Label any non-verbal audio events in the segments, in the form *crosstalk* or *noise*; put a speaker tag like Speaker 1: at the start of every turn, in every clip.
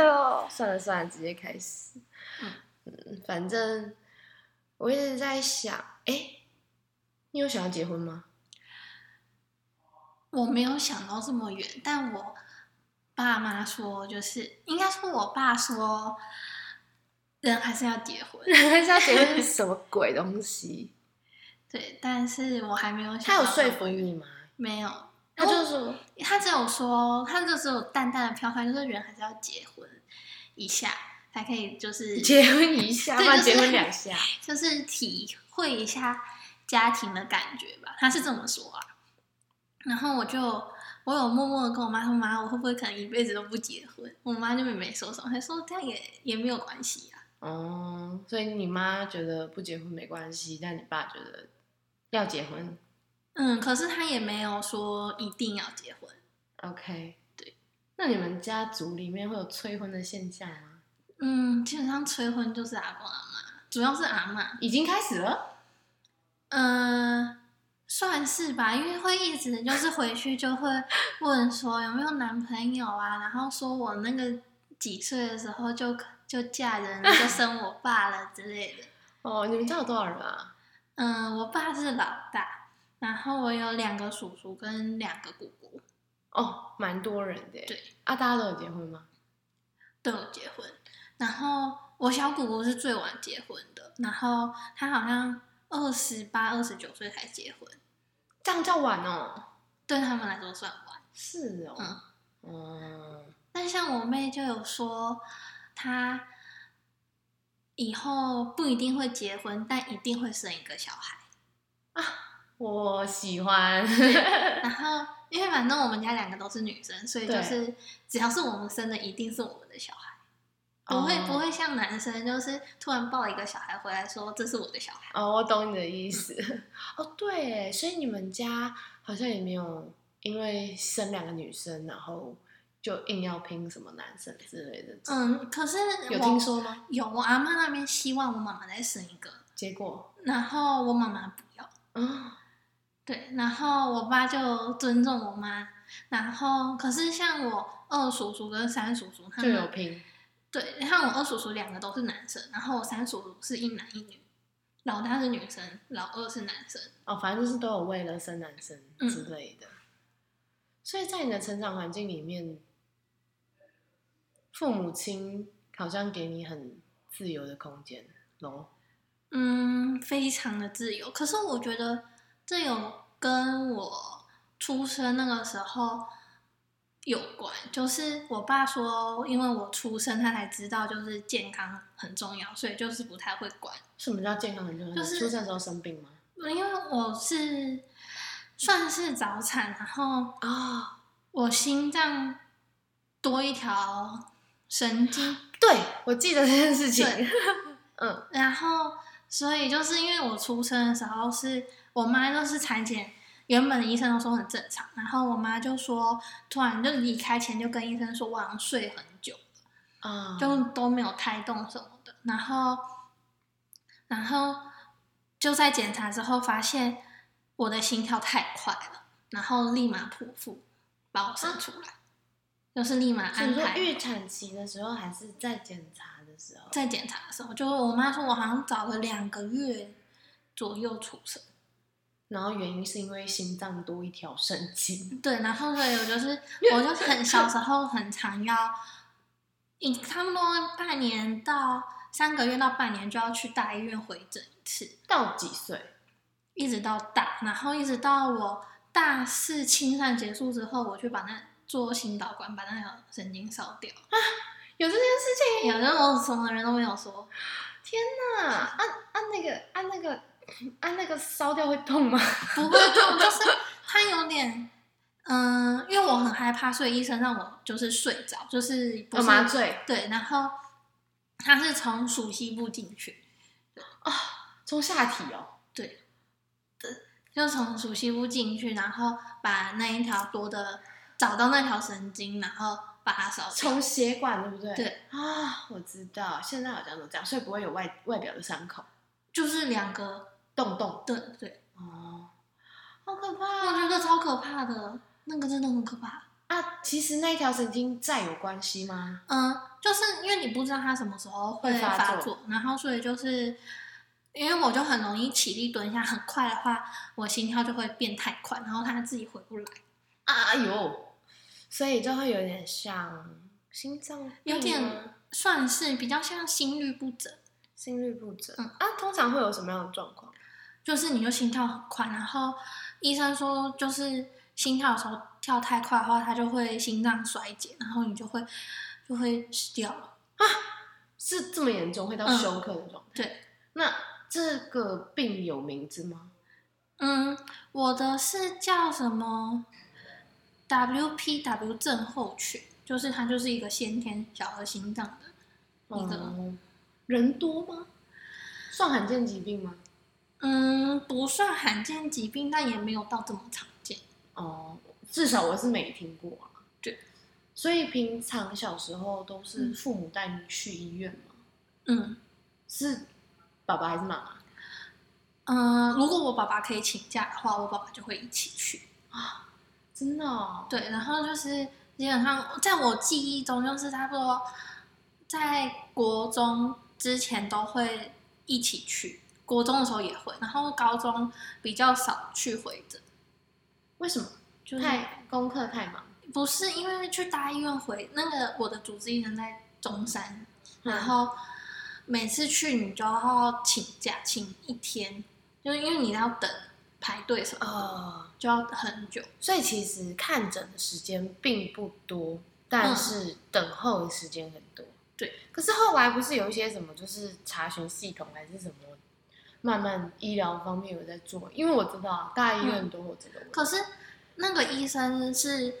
Speaker 1: 哦！ *laughs* 算了算了，直接开始。嗯，反正我一直在想，哎、你有想要结婚 *laughs* 吗？，
Speaker 2: 我没有想到这么远，但我爸妈说，就是应该说我爸说，人还是要结婚
Speaker 1: 人家结婚是什么鬼东西？
Speaker 2: 对，但是我还没有想
Speaker 1: 他
Speaker 2: 到
Speaker 1: 有说服你吗？
Speaker 2: 没有？哦
Speaker 1: 他就说，
Speaker 2: 他只有说，他就只有淡淡的飘开，就是人还是要结婚一下，才可以就
Speaker 1: *laughs*
Speaker 2: 是
Speaker 1: 结婚一下，
Speaker 2: 对
Speaker 1: 不然
Speaker 2: 就是
Speaker 1: 结婚两 *laughs* 下。
Speaker 2: 就是体会一下家庭的感觉吧，他是这么说啊。然后我就我有默默的跟我妈说，妈，我会不会可能一辈子都不结婚？我妈就没说什么，她说这样也也没有关系啊。
Speaker 1: 哦、所以你妈觉得不结婚没关系，但你爸觉得要结婚。
Speaker 2: 嗯，可是她也没有说一定要结婚，
Speaker 1: OK，对。那你们家族里面会有催婚的现象吗？
Speaker 2: 嗯，基本上催婚就是阿公阿妈，主要是阿妈，
Speaker 1: 已经开始了。
Speaker 2: 嗯、算是吧，因为会一直就是回去就会问说有没有男朋友啊，然后说我那个几岁的时候就就嫁人了，就生我爸了之类的。
Speaker 1: 哦，你们家有多少人啊？
Speaker 2: 嗯，我爸是老大，然后我有两个叔叔跟两个姑姑
Speaker 1: 哦，蛮多人的。
Speaker 2: 对。
Speaker 1: 啊，大家都有结婚吗？
Speaker 2: 都有结婚，然后我小姑姑是最晚结婚的，然后她好像二十八、二十九岁才结婚，
Speaker 1: 这样叫晚哦。
Speaker 2: 对他们来说算晚。
Speaker 1: 是哦。
Speaker 2: 嗯
Speaker 1: 嗯。
Speaker 2: 但像我妹就有说，她以后不一定会结婚，但一定会生一个小孩。
Speaker 1: 我喜欢。
Speaker 2: 然后，因为反正我们家两个都是女生，所以就
Speaker 1: 对
Speaker 2: 是只要是我们生的，一定是我们的小孩， *laughs* 不会、
Speaker 1: 哦
Speaker 2: 不会像男生就是突然抱一个小孩回来说这是我的小孩。
Speaker 1: 哦，我懂你的意思。哦，对耶，所以你们家好像也没有因为生两个女生，然后就硬要拼什么男生之类的。，
Speaker 2: 嗯，可是
Speaker 1: 有
Speaker 2: 我
Speaker 1: 听说吗？
Speaker 2: 有我阿妈那边希望我妈妈再生一个，
Speaker 1: 结果，
Speaker 2: 然后我妈妈不要。
Speaker 1: 嗯，
Speaker 2: 对，然后我爸就尊重我妈，然后可是像我二叔叔跟三叔叔他
Speaker 1: 就有
Speaker 2: 们，
Speaker 1: 拼。
Speaker 2: 对，像我二叔叔两个都是男生，然后我三叔叔是一男一女，老大是女生，老二是男生。
Speaker 1: 哦，反正就是都有为了生男生
Speaker 2: 嗯
Speaker 1: 之类的。所以在你的成长环境里面，父母亲好像给你很自由的空间咯。
Speaker 2: 嗯，非常的自由。可是我觉得这有跟我出生那个时候有关，就是我爸说，因为我出生，他才知道就是健康很重要，所以就是不太会管。
Speaker 1: 什么叫健康很重要？
Speaker 2: 就是
Speaker 1: 你出生的时候生病吗？
Speaker 2: 因为我是算是早产，然后
Speaker 1: 啊、
Speaker 2: 哦我心脏多一条神经，
Speaker 1: 对，我记得这件事情。
Speaker 2: 对
Speaker 1: *laughs* 嗯，
Speaker 2: 然后所以就是因为我出生的时候是我妈就是产检，原本医生都说很正常，然后我妈就说突然就离开前就跟医生说我好像睡很久，
Speaker 1: 啊、
Speaker 2: *laughs* 就都没有胎动什么的，然后然后就在检查之后发现我的心跳太快了，然后立马剖腹把我生出来，就是立马
Speaker 1: 所以
Speaker 2: 安
Speaker 1: 你说
Speaker 2: 排。
Speaker 1: 预产期的时候，还是在检查的时候？
Speaker 2: 在检查的时候，就是我妈说我好像早了两个月左右出生，
Speaker 1: 然后原因是因为心脏多一条神经。
Speaker 2: 对，然后所以我就是我就是很小时候很常要，一差不多半年到三个月到半年就要去大医院回诊一次，
Speaker 1: 到几岁？
Speaker 2: 一直到大，然后一直到我大四清算结束之后，我去把那做心导管把那条神经烧掉，哎
Speaker 1: 有这件事情？
Speaker 2: 有的我什么人都没有说，
Speaker 1: 天哪！按按那个按那个按那个烧掉会痛吗？
Speaker 2: 不会痛，就是它有点，嗯、因为我很害怕，所以医生让我就是睡着，就是不
Speaker 1: 有
Speaker 2: 是
Speaker 1: 麻醉，
Speaker 2: 对，然后它是从属膝部进去，
Speaker 1: 从下体哦。
Speaker 2: 对，对，就从属膝部进去，然后把那一条多的找到那条神经，然后把它烧掉。
Speaker 1: 从血管对不对？
Speaker 2: 对
Speaker 1: 啊，我知道，现在好像都这样，所以不会有外外表的伤口，
Speaker 2: 就是两个，
Speaker 1: 洞洞
Speaker 2: 对对，
Speaker 1: 哦，好可怕
Speaker 2: 我
Speaker 1: 啊、
Speaker 2: 觉得超可怕的，那个真的很可怕。
Speaker 1: 啊，其实那一条神经再有关系吗？
Speaker 2: 嗯，就是因为你不知道它什么时候会
Speaker 1: 会发
Speaker 2: 发
Speaker 1: 作
Speaker 2: 作，然后所以就是因为我就很容易起立蹲下，很快的话，我心跳就会变太快，然后它自己回不来，
Speaker 1: 啊呦，所以就会有点像心脏病吗，啊
Speaker 2: 有
Speaker 1: 嗯
Speaker 2: 点算是比较像心律不整，
Speaker 1: 心律不整、
Speaker 2: 嗯
Speaker 1: 啊。通常会有什么样的状况？
Speaker 2: 就是你就心跳很快，然后医生说就是心跳的时候跳太快的话，它就会心脏衰竭，然后你就会就会死掉了。
Speaker 1: 是这么严重，会到
Speaker 2: 嗯
Speaker 1: 休克的状态、
Speaker 2: 对，
Speaker 1: 那这个病有名字吗？
Speaker 2: 嗯，我的是叫什么 WPW 症候群，就是它就是一个先天小儿心脏的一个，
Speaker 1: 嗯，人多吗？算罕见疾病吗？
Speaker 2: 嗯，不算罕见疾病，但也没有到这么常见。
Speaker 1: 哦，至少我是没听过啊。
Speaker 2: 对，
Speaker 1: 所以平常小时候都是
Speaker 2: 嗯
Speaker 1: 父母带你去医院吗？
Speaker 2: 嗯
Speaker 1: 是爸爸还是妈妈？
Speaker 2: 嗯、呃如果我爸爸可以请假的话，我爸爸就会一起去。
Speaker 1: 真的、哦？
Speaker 2: 对，然后就是基本上在我记忆中，就是差不多在国中之前都会一起去，国中的时候也会，然后高中比较少去回诊。
Speaker 1: 为什么？
Speaker 2: 就是
Speaker 1: 太功课太忙，
Speaker 2: 不是因为去大医院回那个我的主治医生在中山，
Speaker 1: 嗯
Speaker 2: 然后每次去你就要请假请一天，就是因为你要等排队什么的，
Speaker 1: 哦，
Speaker 2: 就要很久。
Speaker 1: 所以其实看诊的时间并不多，但是等候的时间很多。
Speaker 2: 嗯对，
Speaker 1: 可是后来不是有一些什么，就是查询系统还是什么，慢慢医疗方面有在做，因为我知道大医
Speaker 2: 嗯
Speaker 1: 院都有这个问题，
Speaker 2: 可是那个医生是，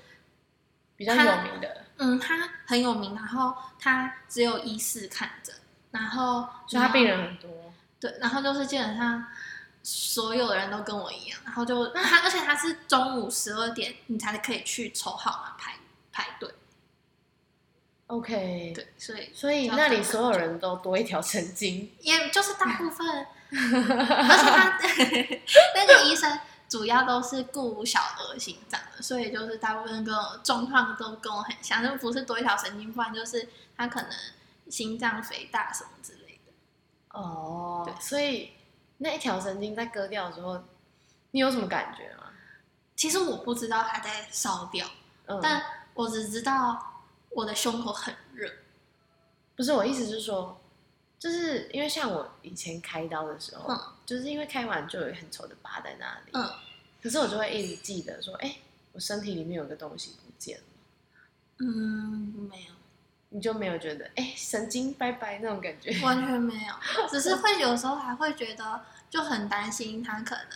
Speaker 1: 比较有名的，
Speaker 2: 嗯，他很有名，然后他只有医师看诊，然后
Speaker 1: 所以他病人很多。
Speaker 2: 对，然后就是基本上所有的人都跟我一样，然后就他，而且他是中午十二点你才可以去抽号码排排队，
Speaker 1: OK，
Speaker 2: 对，所以
Speaker 1: 所以那里所有人都多一条神经，
Speaker 2: 也就是大部 *laughs* 分，而且他那个医生主要都是顾小儿心脏的，所以就是大部分跟我状况都跟我很像，就不是多一条神经，不然就是他可能心脏肥大什么之类的。
Speaker 1: 哦
Speaker 2: *laughs* 对
Speaker 1: 所以那一条神经在割掉的时候，你有什么感觉吗？
Speaker 2: 其实我不知道他在烧掉，
Speaker 1: 嗯，
Speaker 2: 但我只知道我的胸口很热。
Speaker 1: 不是我意思是说，就是因为像我以前开刀的时候，
Speaker 2: 嗯
Speaker 1: 就是因为开完就有一个很丑的疤在那里，
Speaker 2: 嗯
Speaker 1: 可是我就会一直记得说，哎、我身体里面有个东西不见了，
Speaker 2: 嗯，没有，
Speaker 1: 你就没有觉得哎、神经拜拜那种感觉。
Speaker 2: 完全没有，只是会有时候还会觉得就很担心他可能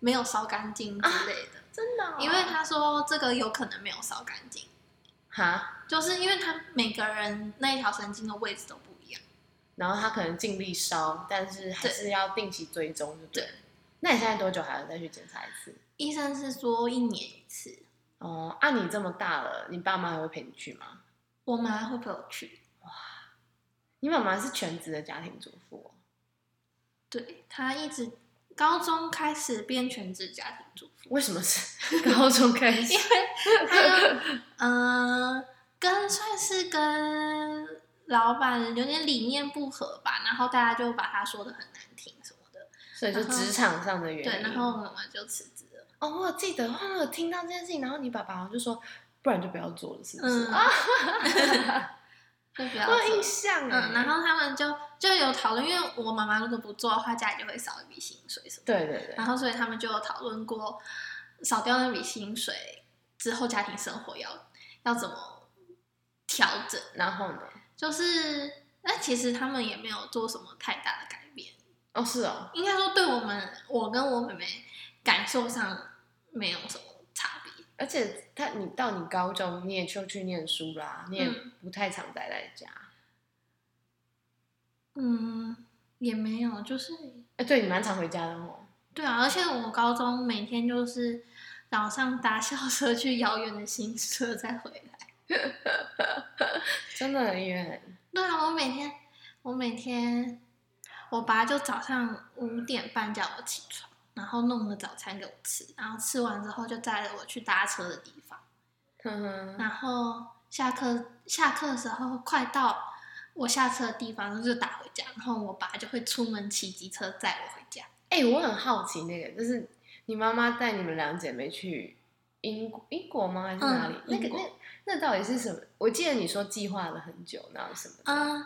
Speaker 2: 没有烧干净之类的，
Speaker 1: 真的哦、
Speaker 2: 因为他说这个有可能没有烧干净，
Speaker 1: 哈，
Speaker 2: 就是因为他每个人那一条神经的位置都不一样。
Speaker 1: 然后他可能尽力烧，但是还
Speaker 2: 对
Speaker 1: 是要定期追踪，对不对
Speaker 2: 对？
Speaker 1: 那你现在多久还要再去检查一次？
Speaker 2: 医生是说一年一次，
Speaker 1: 哦，啊，你这么大了，你爸妈还会陪你去吗？
Speaker 2: 我妈会陪我去，
Speaker 1: 你妈妈是全职的家庭主妇、哦，
Speaker 2: 对她一直高中开始变全职家庭主妇，
Speaker 1: 为什么
Speaker 2: *laughs*
Speaker 1: 是高中开始？
Speaker 2: 她就嗯、呃跟算是跟老板有点理念不合吧，然后大家就把她说的很难听什么的，
Speaker 1: *laughs* 所以就职场上的原因。
Speaker 2: 对，然后妈妈就辞职了。
Speaker 1: 哦，我有记得，后来我听到这件事情，然后你爸爸好像就说，不然就不要做了，是不是？*laughs*
Speaker 2: 嗯 *laughs*
Speaker 1: 啊，
Speaker 2: 就不要
Speaker 1: 我有
Speaker 2: 做
Speaker 1: 印象哎。
Speaker 2: 嗯，然后他们就就有讨论，因为我妈妈如果不做的话，家里就会少一笔薪水什么的。
Speaker 1: 对对对
Speaker 2: 然，后所以他们就有讨论过，少掉那笔薪水之后，家庭生活要要怎么调整。
Speaker 1: 然后呢？
Speaker 2: 就是，那其实他们也没有做什么太大的改变，
Speaker 1: 哦，是哦，
Speaker 2: 应该说对我们，我跟我妹妹感受上没有什么差别。
Speaker 1: 而且他你到你高中你也就去念书啦，你也
Speaker 2: 嗯
Speaker 1: 不太常待在家。
Speaker 2: 嗯，也没有，就是
Speaker 1: 哎、对你蛮常回家的哦。
Speaker 2: 对啊，而且我高中每天就是早上搭校车去遥远的新社再回来。
Speaker 1: 真的很远，
Speaker 2: 对啊，我每天我每天我爸就早上五点半叫我起床，然后弄了早餐给我吃，然后吃完之后就载着我去搭车的地方，
Speaker 1: 哼哼，
Speaker 2: 然后下课下课的时候快到我下车的地方就打回家，然后我爸就会出门骑机车载我回家。
Speaker 1: 哎、我很好奇那个，就是你妈妈带你们两姐妹去英国英国吗？还是哪里？
Speaker 2: 嗯
Speaker 1: 那个
Speaker 2: 英国
Speaker 1: 那那到底是什么？我记得你说计划了很久，然后什么的？
Speaker 2: 嗯，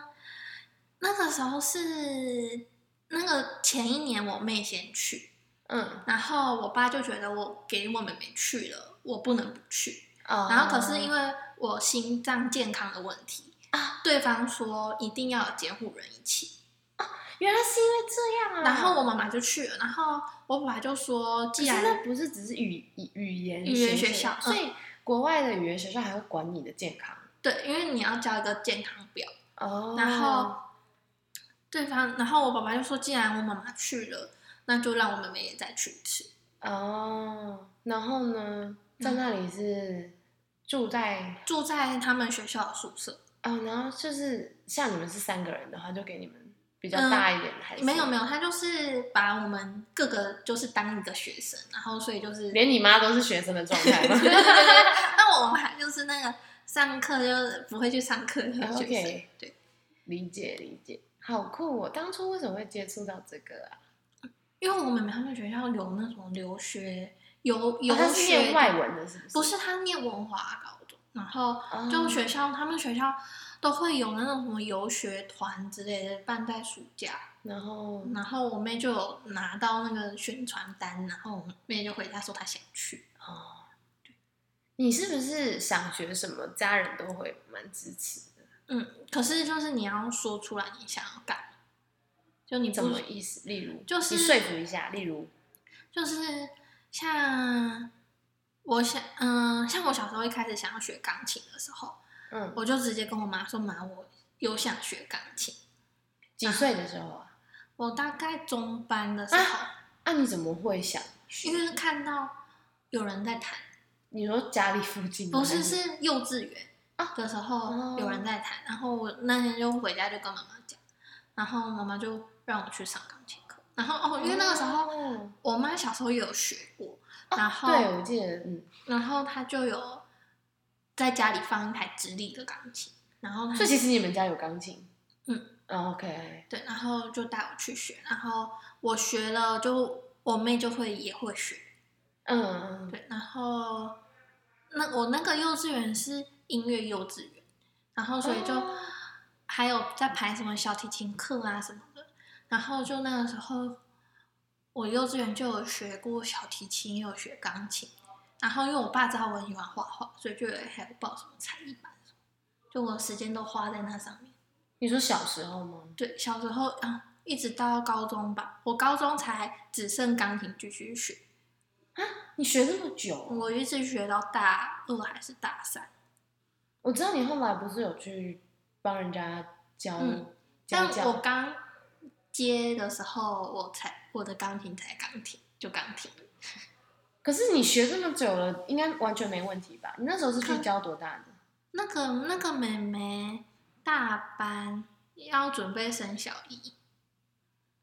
Speaker 2: 那个时候是那个前一年我妹先去，
Speaker 1: 嗯，
Speaker 2: 然后我爸就觉得我给我妹妹去了，我不能不去。
Speaker 1: 哦
Speaker 2: 然后可是因为我心脏健康的问题
Speaker 1: 啊，
Speaker 2: 对方说一定要有监护人一起。
Speaker 1: 哦原来是因为这样啊，
Speaker 2: 然后我妈妈就去了，然后我爸爸就说，
Speaker 1: 可
Speaker 2: 既
Speaker 1: 是
Speaker 2: 然
Speaker 1: 那不是只是语语语言
Speaker 2: 语
Speaker 1: 学
Speaker 2: 言学校
Speaker 1: 所以国外的语言学校还会管你的健康
Speaker 2: 对，因为你要交一个健康表，
Speaker 1: 哦
Speaker 2: 然后对方，然后我爸爸就说，既然我妈妈去了，那就让我妹妹也再去一次。
Speaker 1: 哦，然后呢，在
Speaker 2: 嗯
Speaker 1: 那里是住在
Speaker 2: 住在他们学校的宿舍，
Speaker 1: 哦，然后就是像你们是三个人的话，就给你们比较
Speaker 2: 嗯
Speaker 1: 大一点的孩子，
Speaker 2: 没有没有，他就是把我们各个就是当一个学生，然后所以就是
Speaker 1: 连你妈都是学生的状态
Speaker 2: *laughs*
Speaker 1: 吗 *laughs*
Speaker 2: 对对对对， *laughs* 那我们还就是那个上课就是不会去上课的学生
Speaker 1: 哦 OK
Speaker 2: 对，
Speaker 1: 理解理解，好酷哦！当初为什么会接触到这个啊？
Speaker 2: 因为我妹妹他们学校有那种留学游游
Speaker 1: 哦她是
Speaker 2: 学
Speaker 1: 念
Speaker 2: 的
Speaker 1: 外文的，是不是？
Speaker 2: 不是他念文华高中，然后
Speaker 1: 哦
Speaker 2: 就学校、他们学校都会有那种什么游学团之类的办在暑假，
Speaker 1: 然后
Speaker 2: 然后我妹就有拿到那个宣传单，然后我妹就回家说她想去，
Speaker 1: 哦，你是不是想学什么，家人都会蛮支持的？
Speaker 2: 嗯，可是就是你要说出来你想要干嘛，就你
Speaker 1: 怎
Speaker 2: 不
Speaker 1: 么意思？例如，
Speaker 2: 就是
Speaker 1: 你说服一下，例如，
Speaker 2: 就是像我想嗯，像我小时候一开始想要学钢琴的时候，
Speaker 1: 嗯，
Speaker 2: 我就直接跟我妈说妈，我有想学钢琴，
Speaker 1: 几岁的时候啊？
Speaker 2: 我大概中班的时候。
Speaker 1: 啊啊，你怎么会想学？
Speaker 2: 因为看到有人在弹，
Speaker 1: 你说家里附近吗
Speaker 2: 不是
Speaker 1: 还
Speaker 2: 是幼稚园
Speaker 1: 啊
Speaker 2: 的时
Speaker 1: 哦
Speaker 2: 候有人在弹，然后我那天就回家就跟妈妈讲，然后妈妈就让我去上钢琴课，然后哦，因为那个时候
Speaker 1: 哦
Speaker 2: 我妈小时候也有学过，然后
Speaker 1: 对，我记得，嗯，
Speaker 2: 然后她就有在家里放一台直立的钢琴，然后她
Speaker 1: 所以其实你们家有钢琴，
Speaker 2: 嗯
Speaker 1: 哦，OK，
Speaker 2: 对，然后就带我去学，然后我学了就我妹就会也会学，
Speaker 1: 嗯嗯，嗯
Speaker 2: 对，然后那我那个幼稚园是音乐幼稚园，然后所以就
Speaker 1: 哦
Speaker 2: 还有在排什么小提琴课啊什么的，然后就那个时候我幼稚园就有学过小提琴，也有学钢琴，然后因为我爸知道我很喜欢画画，所以就有还有报什么才艺班什么，就我的时间都花在那上面。
Speaker 1: 你说小时候吗？
Speaker 2: 对，小时候啊、一直到高中吧，我高中才只剩钢琴继续学，
Speaker 1: 你学这么久，
Speaker 2: 我一直学到大二还是大三。
Speaker 1: 我知道你后来不是有去帮人家教
Speaker 2: 嗯
Speaker 1: 家
Speaker 2: 但
Speaker 1: 教，
Speaker 2: 我刚接的时候，我才我的钢琴才刚停，就刚停。
Speaker 1: 可是你学这么久了，应该完全没问题吧？你那时候是
Speaker 2: 嗯
Speaker 1: 去教多大的？
Speaker 2: 那个那个妹妹大班要准备升小一，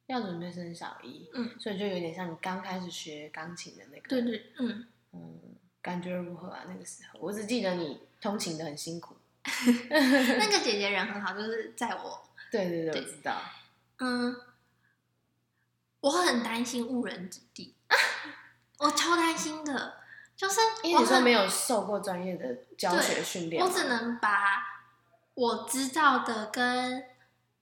Speaker 1: 要准备升小一，
Speaker 2: 嗯，
Speaker 1: 所以就有点像你刚开始学钢琴的那个，
Speaker 2: 对，对，嗯，
Speaker 1: 嗯，感觉如何啊？那个时候，我只记得你通勤的很辛苦，
Speaker 2: *laughs* 那个姐姐人很好，就是在我，
Speaker 1: 对对对，
Speaker 2: 对
Speaker 1: 我知道。
Speaker 2: 嗯，我很担心误人子弟， *laughs* 我超担心的，就是
Speaker 1: 因
Speaker 2: 我
Speaker 1: 为你说啊
Speaker 2: 很
Speaker 1: 没有受过专业的教学
Speaker 2: 对
Speaker 1: 训练嘛，
Speaker 2: 我只能把我知道的跟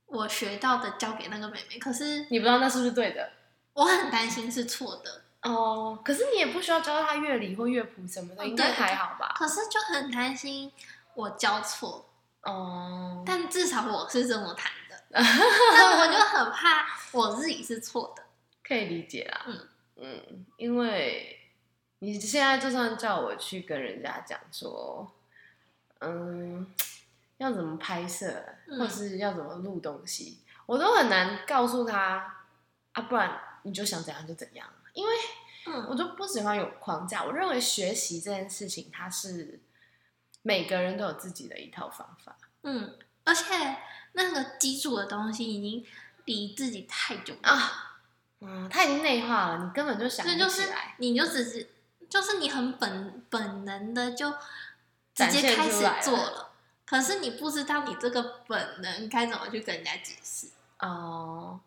Speaker 2: 我学到的交给那个妹妹，可是
Speaker 1: 你不知道那是不是对的
Speaker 2: 我很担心是错的，
Speaker 1: 哦。可是你也不需要教他乐理或乐谱什么的，
Speaker 2: 哦
Speaker 1: 应该
Speaker 2: 对
Speaker 1: 还好吧？
Speaker 2: 可是就很担心我教错，
Speaker 1: 哦，
Speaker 2: 但至少我是这么弹
Speaker 1: *laughs*
Speaker 2: 的，但我就很怕我自己是错的。
Speaker 1: 可以理解啦。
Speaker 2: 嗯
Speaker 1: 嗯，因为你现在就算叫我去跟人家讲说，嗯，要怎么拍摄，
Speaker 2: 嗯
Speaker 1: 或是要怎么录东西，我都很难告诉他啊，不然你就想怎样就怎样，因为我
Speaker 2: 嗯
Speaker 1: 就不喜欢有框架。我认为学习这件事情，它是每个人都有自己的一套方法。
Speaker 2: 嗯，而且那个基础的东西已经离自己太久了，
Speaker 1: 啊，嗯，它已经内化了，你根本就想
Speaker 2: 所以
Speaker 1: 不
Speaker 2: 就
Speaker 1: 起
Speaker 2: 是
Speaker 1: 来。
Speaker 2: 你就只是就是你很本本能的就直
Speaker 1: 展
Speaker 2: 接
Speaker 1: 现
Speaker 2: 开
Speaker 1: 出
Speaker 2: 始
Speaker 1: 来
Speaker 2: 做了，可是你不知道你这个本能该怎么去跟人家解释。
Speaker 1: 哦、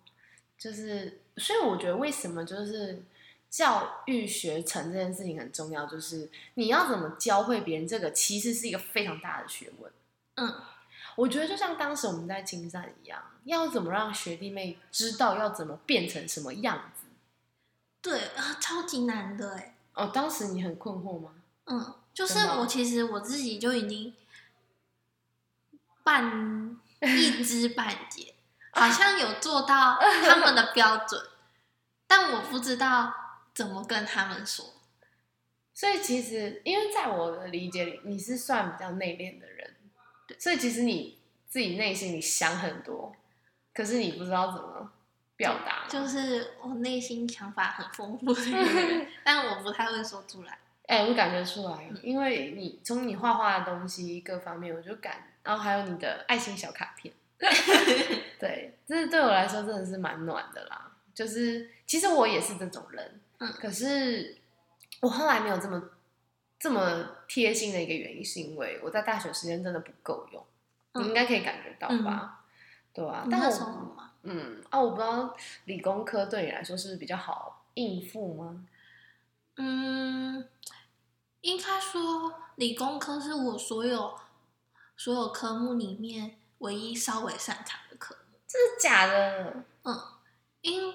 Speaker 1: 就是，所以我觉得为什么就是教育学程这件事情很重要，就是你要怎么教会别人，这个其实是一个非常大的学问。
Speaker 2: 嗯，
Speaker 1: 我觉得就像当时我们在青山一样，要怎么让学弟妹知道要怎么变成什么样子？
Speaker 2: 对啊，超级难的哎、
Speaker 1: 哦，当时你很困惑吗？
Speaker 2: 嗯，就是
Speaker 1: 真的
Speaker 2: 我
Speaker 1: 哦
Speaker 2: 其实我自己就已经半一知半 *laughs* 解，好像有做到他们的标准，但我不知道怎么跟他们说。
Speaker 1: 所以其实，因为在我的理解里，你是算比较内敛的人，所以其实你自己内心里想很多，可是你不知道怎么表达嘛。
Speaker 2: 就是我内心想法很丰富的一个 *laughs* 人，但我不太会说出来。
Speaker 1: 哎、我感觉出
Speaker 2: 嗯
Speaker 1: 来，因为你从你画画的东西各方面，我就感，然后还有你的爱心小卡
Speaker 2: *laughs*
Speaker 1: 片，对，这对我来说真的是蛮暖的啦。就是其实我也是这种人，
Speaker 2: 嗯
Speaker 1: 可是我后来没有这么这么贴心的一个原因，是因为我在大学时间真的不够用，
Speaker 2: 嗯
Speaker 1: 你应该可以感觉到吧？对啊，
Speaker 2: 你
Speaker 1: 但
Speaker 2: 会说什
Speaker 1: 我
Speaker 2: 么吗？
Speaker 1: 嗯啊，我不知道理工科对你来说是不是比较好应付吗？
Speaker 2: 嗯，应该说理工科是我所有所有科目里面唯一稍微擅长的科目，
Speaker 1: 真的假的？
Speaker 2: 因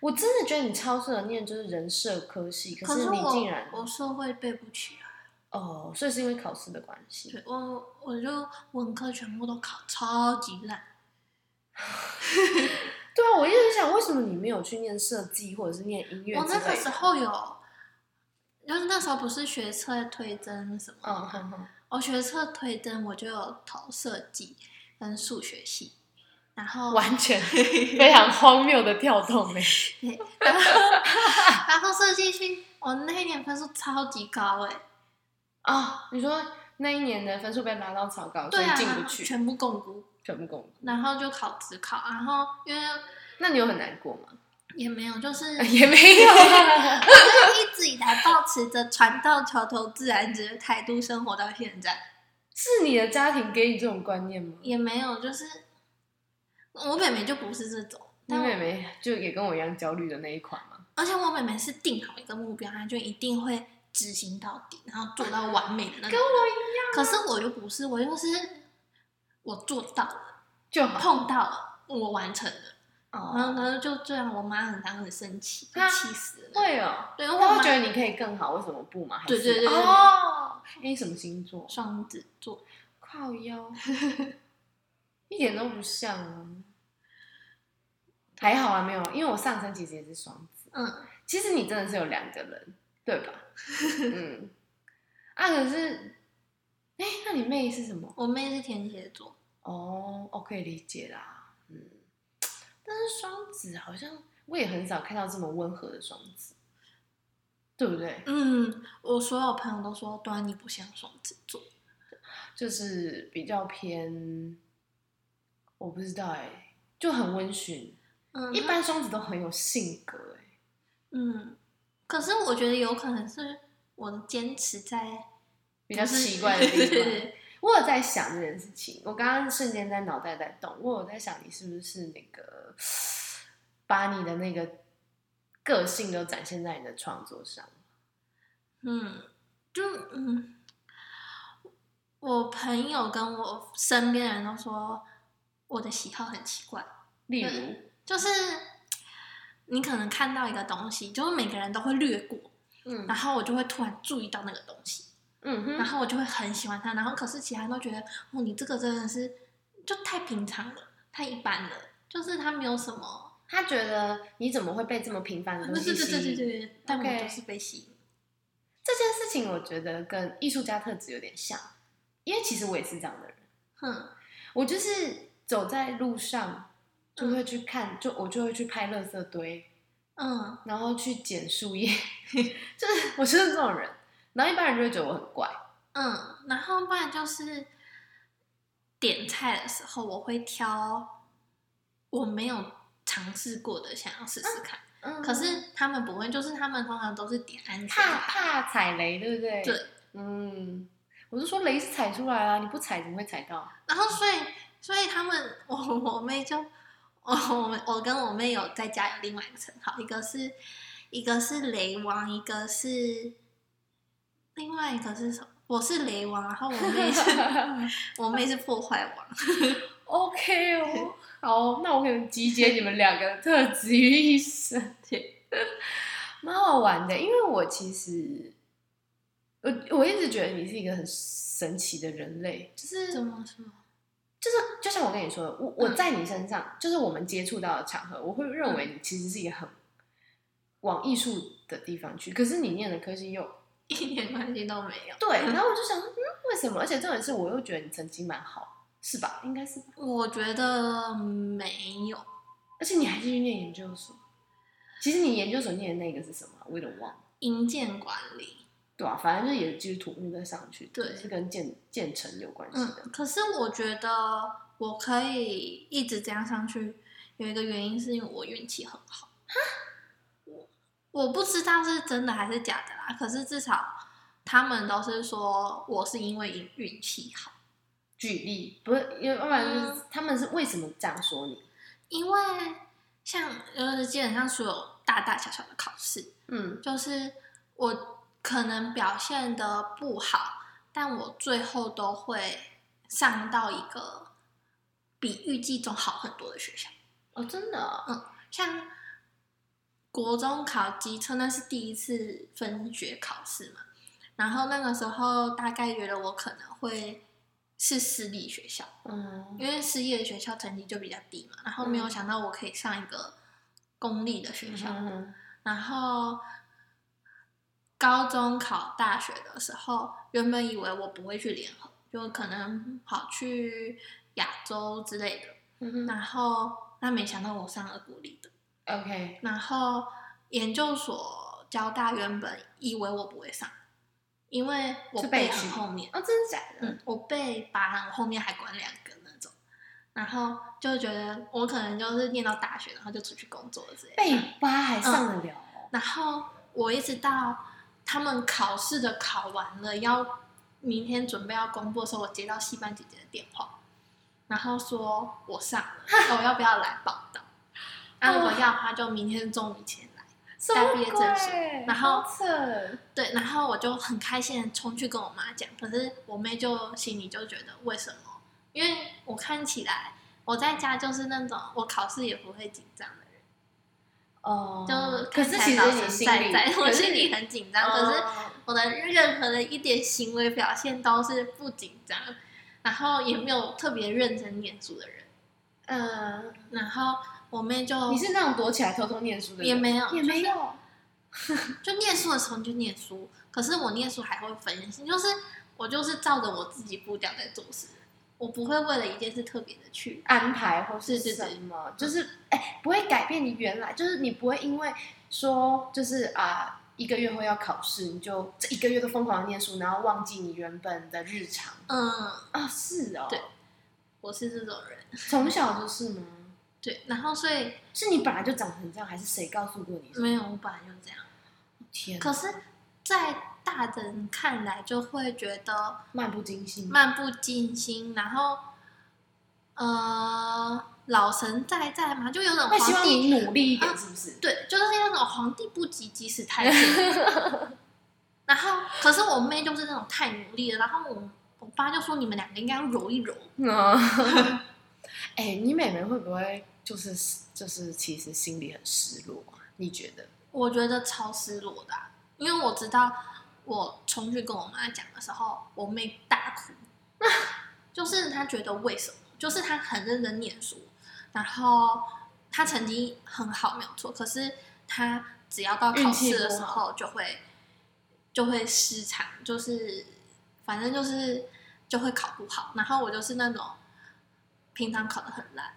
Speaker 1: 我真的觉得你超适合念就是人社科系，可
Speaker 2: 可是
Speaker 1: 你
Speaker 2: 我
Speaker 1: 竟然
Speaker 2: 我社会背不起来，
Speaker 1: 哦，所以是因为考试的关系。
Speaker 2: 对我我就文科全部都考超级烂，
Speaker 1: 对啊，我一直在想为什么你没有去念设计或者是念音乐
Speaker 2: 我
Speaker 1: 之
Speaker 2: 那
Speaker 1: 类
Speaker 2: 个
Speaker 1: 的
Speaker 2: 时，候有。就是那时候不是学测推甄什么的
Speaker 1: 嗯
Speaker 2: 吗，
Speaker 1: 哼
Speaker 2: *laughs*
Speaker 1: 哼，
Speaker 2: 我学测推甄，我就有投设计跟数学系，然后
Speaker 1: 完全非常荒谬的跳动哎、
Speaker 2: 对然后然后设计系我那一年分数超级高哎、
Speaker 1: 啊、你说那一年的分数被拉到超高，所
Speaker 2: 对
Speaker 1: 以
Speaker 2: 啊，
Speaker 1: 进
Speaker 2: 然
Speaker 1: 不
Speaker 2: 后
Speaker 1: 去，
Speaker 2: 全部共估，
Speaker 1: 全部共。
Speaker 2: 然后就考职考，然后因为
Speaker 1: 那你有很难过
Speaker 2: *laughs*
Speaker 1: 吗？
Speaker 2: 也没有，就是
Speaker 1: *laughs* 也没有啊。
Speaker 2: 我就一直以来保持着船到桥头自然直的态度生活到现在，
Speaker 1: 是你的家庭给你这种观念吗？
Speaker 2: 也没有就是我妹妹就不是这种，
Speaker 1: 你
Speaker 2: 但我
Speaker 1: 妹妹就也跟我一样焦虑的那一款吗？
Speaker 2: 而且我妹妹是定好一个目标，她就一定会执行到底，然后做到完美的那种。
Speaker 1: 一啊
Speaker 2: 可是我就不是，我就是我做到了，
Speaker 1: 就好
Speaker 2: 碰到了，我完成了。然后，
Speaker 1: 哦，
Speaker 2: 然后就这样，我妈很常很生气，
Speaker 1: 啊
Speaker 2: 气死了。
Speaker 1: 会哦。
Speaker 2: 对，因为我
Speaker 1: 他
Speaker 2: 妈
Speaker 1: 会觉得你可以更好，为什么不嘛？还是
Speaker 2: 对对对对
Speaker 1: 哦，哎你什么星座？
Speaker 2: 双子座，
Speaker 1: 靠腰， *laughs* 一点都不像啊。还好啊，没有，因为我上升其实也是双子。
Speaker 2: 嗯，
Speaker 1: 其实你真的是有两个人，对 *laughs* 吧？嗯，啊，可是，哎、那你妹是什么？
Speaker 2: 我妹是天蝎座，
Speaker 1: 哦，我可以理解啦，嗯。但是双子好像我也很少看到这么温和的双子，对不对？
Speaker 2: 嗯，我所有朋友都说端倪不像双子座，
Speaker 1: 就是比较偏，我不知道哎、就很温驯。
Speaker 2: 嗯，
Speaker 1: 一般双子都很有性格哎、
Speaker 2: 嗯，可是我觉得有可能是我的坚持在
Speaker 1: 比较
Speaker 2: 不是
Speaker 1: 奇怪的
Speaker 2: 对
Speaker 1: 地
Speaker 2: 对
Speaker 1: 方。
Speaker 2: *laughs* 对
Speaker 1: 我有在想这件事情，我刚刚瞬间在脑袋在动，我有在想你是不是那个把你的那个个性都展现在你的创作上？
Speaker 2: 嗯，就嗯，我朋友跟我身边的人都说我的喜好很奇怪，
Speaker 1: 例如
Speaker 2: 对，就是你可能看到一个东西，就是每个人都会略过，
Speaker 1: 嗯
Speaker 2: 然后我就会突然注意到那个东西，
Speaker 1: 嗯
Speaker 2: 然
Speaker 1: 哼，
Speaker 2: 后我就会很喜欢它，然后可是其他人都觉得哦，你这个真的是就太平常了，太一般了，就是它没有什么，
Speaker 1: 他觉得你怎么会被这么平凡的
Speaker 2: 对
Speaker 1: 东
Speaker 2: 嗯啊对
Speaker 1: 西
Speaker 2: 对
Speaker 1: 吸
Speaker 2: 对对
Speaker 1: 引？
Speaker 2: 对，但我
Speaker 1: OK
Speaker 2: 就是被吸引，
Speaker 1: 这件事情我觉得跟艺术家特质有点像，因为其实我也是这样的人。
Speaker 2: 哼，
Speaker 1: 我就是走在路上就
Speaker 2: 嗯
Speaker 1: 会去看，就我就会去拍垃圾堆，
Speaker 2: 嗯
Speaker 1: 然后去捡树叶， *laughs* 就是我就是这种人。然后一般人就会觉得我很怪，
Speaker 2: 嗯，然后不然就是点菜的时候，我会挑我没有尝试过的，想要试试看。
Speaker 1: 嗯
Speaker 2: 可是他们不会，就是他们通常都是点安全
Speaker 1: 怕
Speaker 2: 牌。
Speaker 1: 怕踩雷，对不对？
Speaker 2: 对，
Speaker 1: 嗯，我是说雷是踩出来啊，你不踩怎么会踩到？ *laughs*
Speaker 2: 然后所以所以他们我我妹就我我们我跟我妹有在家有另外一个称号，一个是一个是雷王，一个是另外一个是什么？我是雷王，然后我妹 *laughs* 是我妹是破坏王。
Speaker 1: OK 哦，好，那我可能集结你们两个的特质于一身，蛮好玩的。因为我其实，呃我我一直觉得你是一个很神奇的人类，就是
Speaker 2: 怎么说？
Speaker 1: 就是就像我跟你说的，我我在你身上，就是我们接触到的场合，我会认为你其实是一个很往艺术的地方去，可是你念的科系又
Speaker 2: 一点关系都没有。
Speaker 1: 对，然后我就想，嗯，为什么？而且重点是，我又觉得你成绩蛮好，是吧？应该是吧，
Speaker 2: 我觉得没有，
Speaker 1: 而且你还继续念研究所。其实你研究所念的那个是什么啊？我有点忘了。
Speaker 2: 营建管理。
Speaker 1: 对啊，反正就也就是土木在上去，
Speaker 2: 对
Speaker 1: 是跟建建成有关系
Speaker 2: 嗯
Speaker 1: 的。，
Speaker 2: 可是我觉得我可以一直这样上去，有一个原因是因为我运气很好。我我不知道是真的还是假的啦，可是至少他们都是说我是因为运运气好，
Speaker 1: 举例不是，因为要不然就是、他们是为什么这样说你？
Speaker 2: 因为像就是基本上所有大大小小的考试，
Speaker 1: 嗯
Speaker 2: 就是我可能表现的不好，但我最后都会上到一个比预计中好很多的学校。
Speaker 1: 哦，真的哦、
Speaker 2: 像国中考机车，那是第一次分学考试嘛，然后那个时候大概觉得我可能会是私立学校，
Speaker 1: 嗯
Speaker 2: 因为私立的学校成绩就比较低嘛，然后没有想到我可以上一个公立的学校。
Speaker 1: 嗯
Speaker 2: 然后高中考大学的时候，原本以为我不会去联合，就可能跑去亚洲之类的。
Speaker 1: 嗯哼
Speaker 2: 然后那没想到我上了国立的，
Speaker 1: ，OK，
Speaker 2: 然后研究所交大原本以为我不会上，因为我
Speaker 1: 是被
Speaker 2: 背很
Speaker 1: 取
Speaker 2: 后面，
Speaker 1: 哦，真的假的？
Speaker 2: 嗯，我背拔很后面还管两个那种。然后就觉得我可能就是念到大学，然后就出去工作之类的。
Speaker 1: 背八还上得了哦？
Speaker 2: 然后我一直到他们考试的考完了，要明天准备要公布的时候，我接到戏班姐姐的电话，然后说我
Speaker 1: *laughs*
Speaker 2: 上了，哦我要不要来报道？那如
Speaker 1: 哦
Speaker 2: 果要的话，就明天中午以前来。
Speaker 1: 什么
Speaker 2: 大毕业证书
Speaker 1: 鬼
Speaker 2: 然后
Speaker 1: 好扯，
Speaker 2: 对，然后我就很开心的冲去跟我妈讲，可是我妹就心里就觉得为什么？因为我看起来我在家就是那种我考试也不会紧张的人。
Speaker 1: 哦，
Speaker 2: 就
Speaker 1: 可是其实你
Speaker 2: 现
Speaker 1: 心
Speaker 2: 在
Speaker 1: 里，
Speaker 2: 在，我
Speaker 1: 可是
Speaker 2: 心
Speaker 1: 你
Speaker 2: 里很紧张，可是
Speaker 1: 哦
Speaker 2: 我的任何的一点行为表现都是不紧张，然后也没有特别认真念书的人。
Speaker 1: 嗯，
Speaker 2: 然后我妹就
Speaker 1: 你是那种躲起来偷偷念书的人，
Speaker 2: 也没有，
Speaker 1: 也没有，
Speaker 2: 就念书的时候你就念书，可是我念书还会分心，就是我就是照着我自己步调在做事，我不会为了一件事特别的去。
Speaker 1: 安排或是
Speaker 2: 对对
Speaker 1: 什
Speaker 2: 对
Speaker 1: 么，就是哎、不会改变你原来，就是你不会因为说就是啊、一个月后要考试，你就这一个月都疯狂的念书，然后忘记你原本的日常
Speaker 2: 嗯，
Speaker 1: 啊，是哦，
Speaker 2: 对，我是这种人。
Speaker 1: 从小就是吗？
Speaker 2: 对，然后所以
Speaker 1: 是你本来就长成这样，还是谁告诉过你？
Speaker 2: 没，有，我本来就这样。
Speaker 1: 天哪，
Speaker 2: 可是，在大人看来，就会觉得
Speaker 1: 漫不经心，
Speaker 2: 漫不经心，然后呃老神在在嘛，就有种
Speaker 1: 那希
Speaker 2: 皇
Speaker 1: 望
Speaker 2: 帝
Speaker 1: 你努力一点，是不是？
Speaker 2: 对，就是那种皇帝不急急死太监。然后，可是我妹就是那种太努力了，然后我我爸就说你们两个应该要揉一揉。
Speaker 1: 啊， *laughs* 哎、你妹妹会不会就是就是其实心里很失落啊？你觉得？
Speaker 2: 我觉得超失落的啊、因为我知道我冲去跟我妈讲的时候，我妹大哭， *laughs* 就是她觉得为什么？就是她很认真念书，然后她成绩很好，没有错，可是她只要到考试的时候就会就会失常，就是反正就是就会考不好。然后我就是那种平常考的很烂，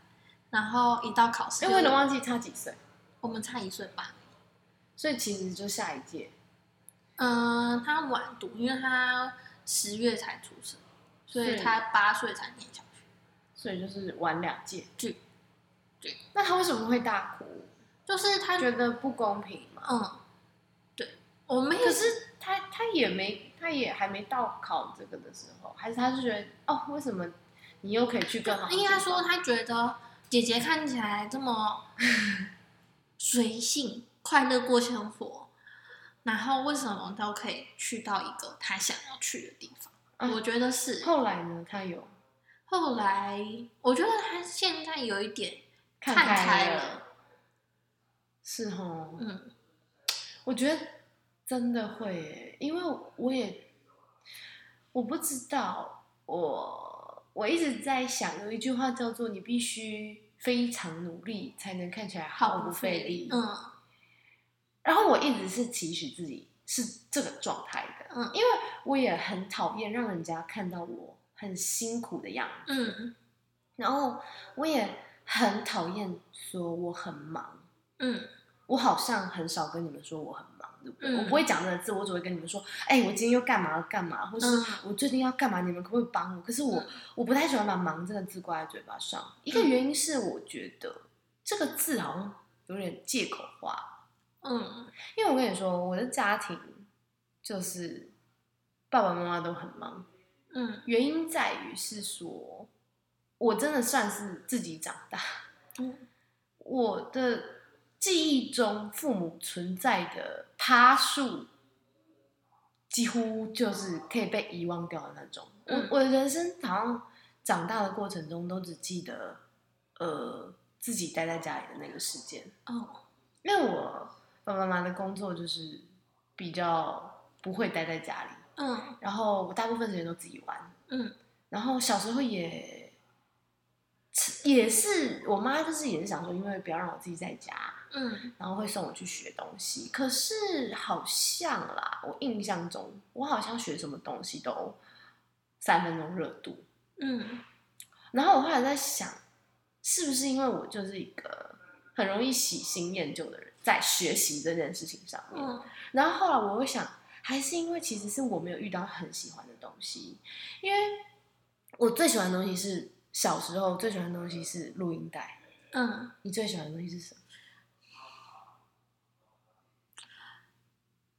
Speaker 2: 然后一到考试
Speaker 1: 因
Speaker 2: 就，
Speaker 1: 哎为我有点忘记差几岁，
Speaker 2: 我们差一岁半。
Speaker 1: 所以其实就下一届，
Speaker 2: 嗯，他晚读，因为他十月才出生，所以
Speaker 1: 是
Speaker 2: 他八岁才念小学。
Speaker 1: 所以就是晚两届。
Speaker 2: 对，对。
Speaker 1: 那她为什么会大哭？
Speaker 2: 就是他
Speaker 1: 她，觉得不公平吗？
Speaker 2: 嗯，对，我们
Speaker 1: 可
Speaker 2: 也
Speaker 1: 是她她也没，她他也还没到考这个的时候，还是他就觉得哦，为什么你又可以去更好的地方？
Speaker 2: 应该说他觉得姐姐看起来
Speaker 1: *laughs*
Speaker 2: 这么随性、快乐过生活，然后为什么都可以去到一个他想要去的地方？
Speaker 1: 嗯
Speaker 2: 我觉得是。
Speaker 1: 后来呢，他有
Speaker 2: 后来我觉得他现在有一点
Speaker 1: 看
Speaker 2: 看
Speaker 1: 开
Speaker 2: 开
Speaker 1: 了，是哦，
Speaker 2: 嗯，
Speaker 1: 我觉得真的会耶，因为我也我不知道，我我一直在想，有一句话叫做“你必须非常努力，才能看起来毫
Speaker 2: 不
Speaker 1: 不费力”。
Speaker 2: 嗯
Speaker 1: 然后我一直是期许自己是这个状态的，
Speaker 2: 嗯
Speaker 1: 因为我也很讨厌让人家看到我很辛苦的样子，
Speaker 2: 嗯
Speaker 1: 然后我也很讨厌说我很忙，
Speaker 2: 嗯
Speaker 1: 我好像很少跟你们说我很忙，对不对？
Speaker 2: 嗯
Speaker 1: 我不会讲这个字，我只会跟你们说，哎、我今天又干嘛了干嘛，或是
Speaker 2: 嗯
Speaker 1: 我最近要干嘛，你们可不可以帮我？可是我、
Speaker 2: 嗯
Speaker 1: 我不太喜欢把“忙”这个字挂在嘴巴上，一个
Speaker 2: 嗯
Speaker 1: 原因是我觉得这个字好像有点借口化，
Speaker 2: 嗯
Speaker 1: 因为我跟你说，我的家庭就是爸爸妈妈都很忙，
Speaker 2: 嗯，
Speaker 1: 原因在于是说，我真的算是自己长大。
Speaker 2: 嗯
Speaker 1: 我的记忆中，父母存在的趴数几乎就是可以被遗忘掉的那种。
Speaker 2: 嗯
Speaker 1: 我我的人生好像长大的过程中，都只记得呃自己待在家里的那个时间。
Speaker 2: 哦，
Speaker 1: 因为我爸爸妈妈的工作就是比较不会待在家里，
Speaker 2: 嗯
Speaker 1: 然后我大部分时间都自己玩，
Speaker 2: 嗯
Speaker 1: 然后小时候也也是我妈就是也是想说，因为不要让我自己在家，
Speaker 2: 嗯
Speaker 1: 然后会送我去学东西。可是好像啦，我印象中我好像学什么东西都三分钟热度，
Speaker 2: 嗯
Speaker 1: 然后我后来在想，是不是因为我就是一个很容易喜新厌旧的人，在学习这件事情上面。
Speaker 2: 嗯
Speaker 1: 然后后来我会想，还是因为其实是我没有遇到很喜欢的东西，因为我最喜欢的东西是小时候最喜欢的东西是录音带。
Speaker 2: 嗯，
Speaker 1: 你最喜欢的东西是什么？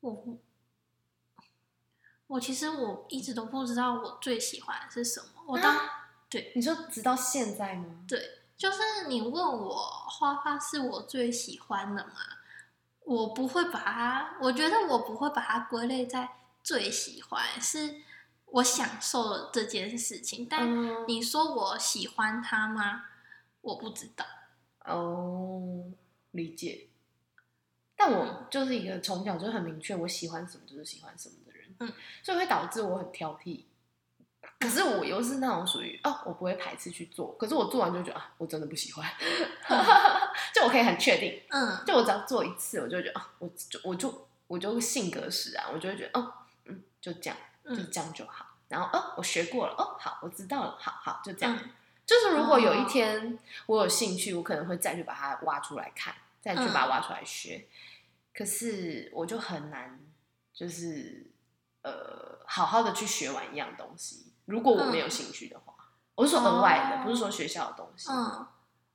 Speaker 2: 我我其实我一直都不知道我最喜欢的是什么，我当、
Speaker 1: 你说直到现在吗？
Speaker 2: 就是你问我画画是我最喜欢的吗？我不会把它，我觉得我不会把它归类在最喜欢，是我享受了这件事情。但
Speaker 1: 嗯
Speaker 2: 你说我喜欢它吗？我不知道。
Speaker 1: 哦，理解。但我就是一个从小就很明确我喜欢什么就是喜欢什么的人，
Speaker 2: 嗯，
Speaker 1: 所以会导致我很挑剔。可是我又是那种属于哦，我不会排斥去做，可是我做完就觉得啊，我真的不喜欢， *laughs* 就我可以很确定，
Speaker 2: 嗯
Speaker 1: 就我只要做一次，我就会觉得啊，我就我就我就性格使然，我就会觉得哦，嗯，就这样，就
Speaker 2: 嗯
Speaker 1: 这样就好。然后哦，我学过了，哦，好，我知道了，好好，就这样。
Speaker 2: 嗯
Speaker 1: 就是如果有
Speaker 2: 哦
Speaker 1: 一天我有兴趣，我可能会再去把它挖出来看，再去
Speaker 2: 嗯
Speaker 1: 把它挖出来学。可是我就很难，就是呃，好好的去学完一样东西。如果我没
Speaker 2: 嗯
Speaker 1: 有兴趣的话，我是说额外的，
Speaker 2: 哦
Speaker 1: 不是说学校的东西。
Speaker 2: 嗯，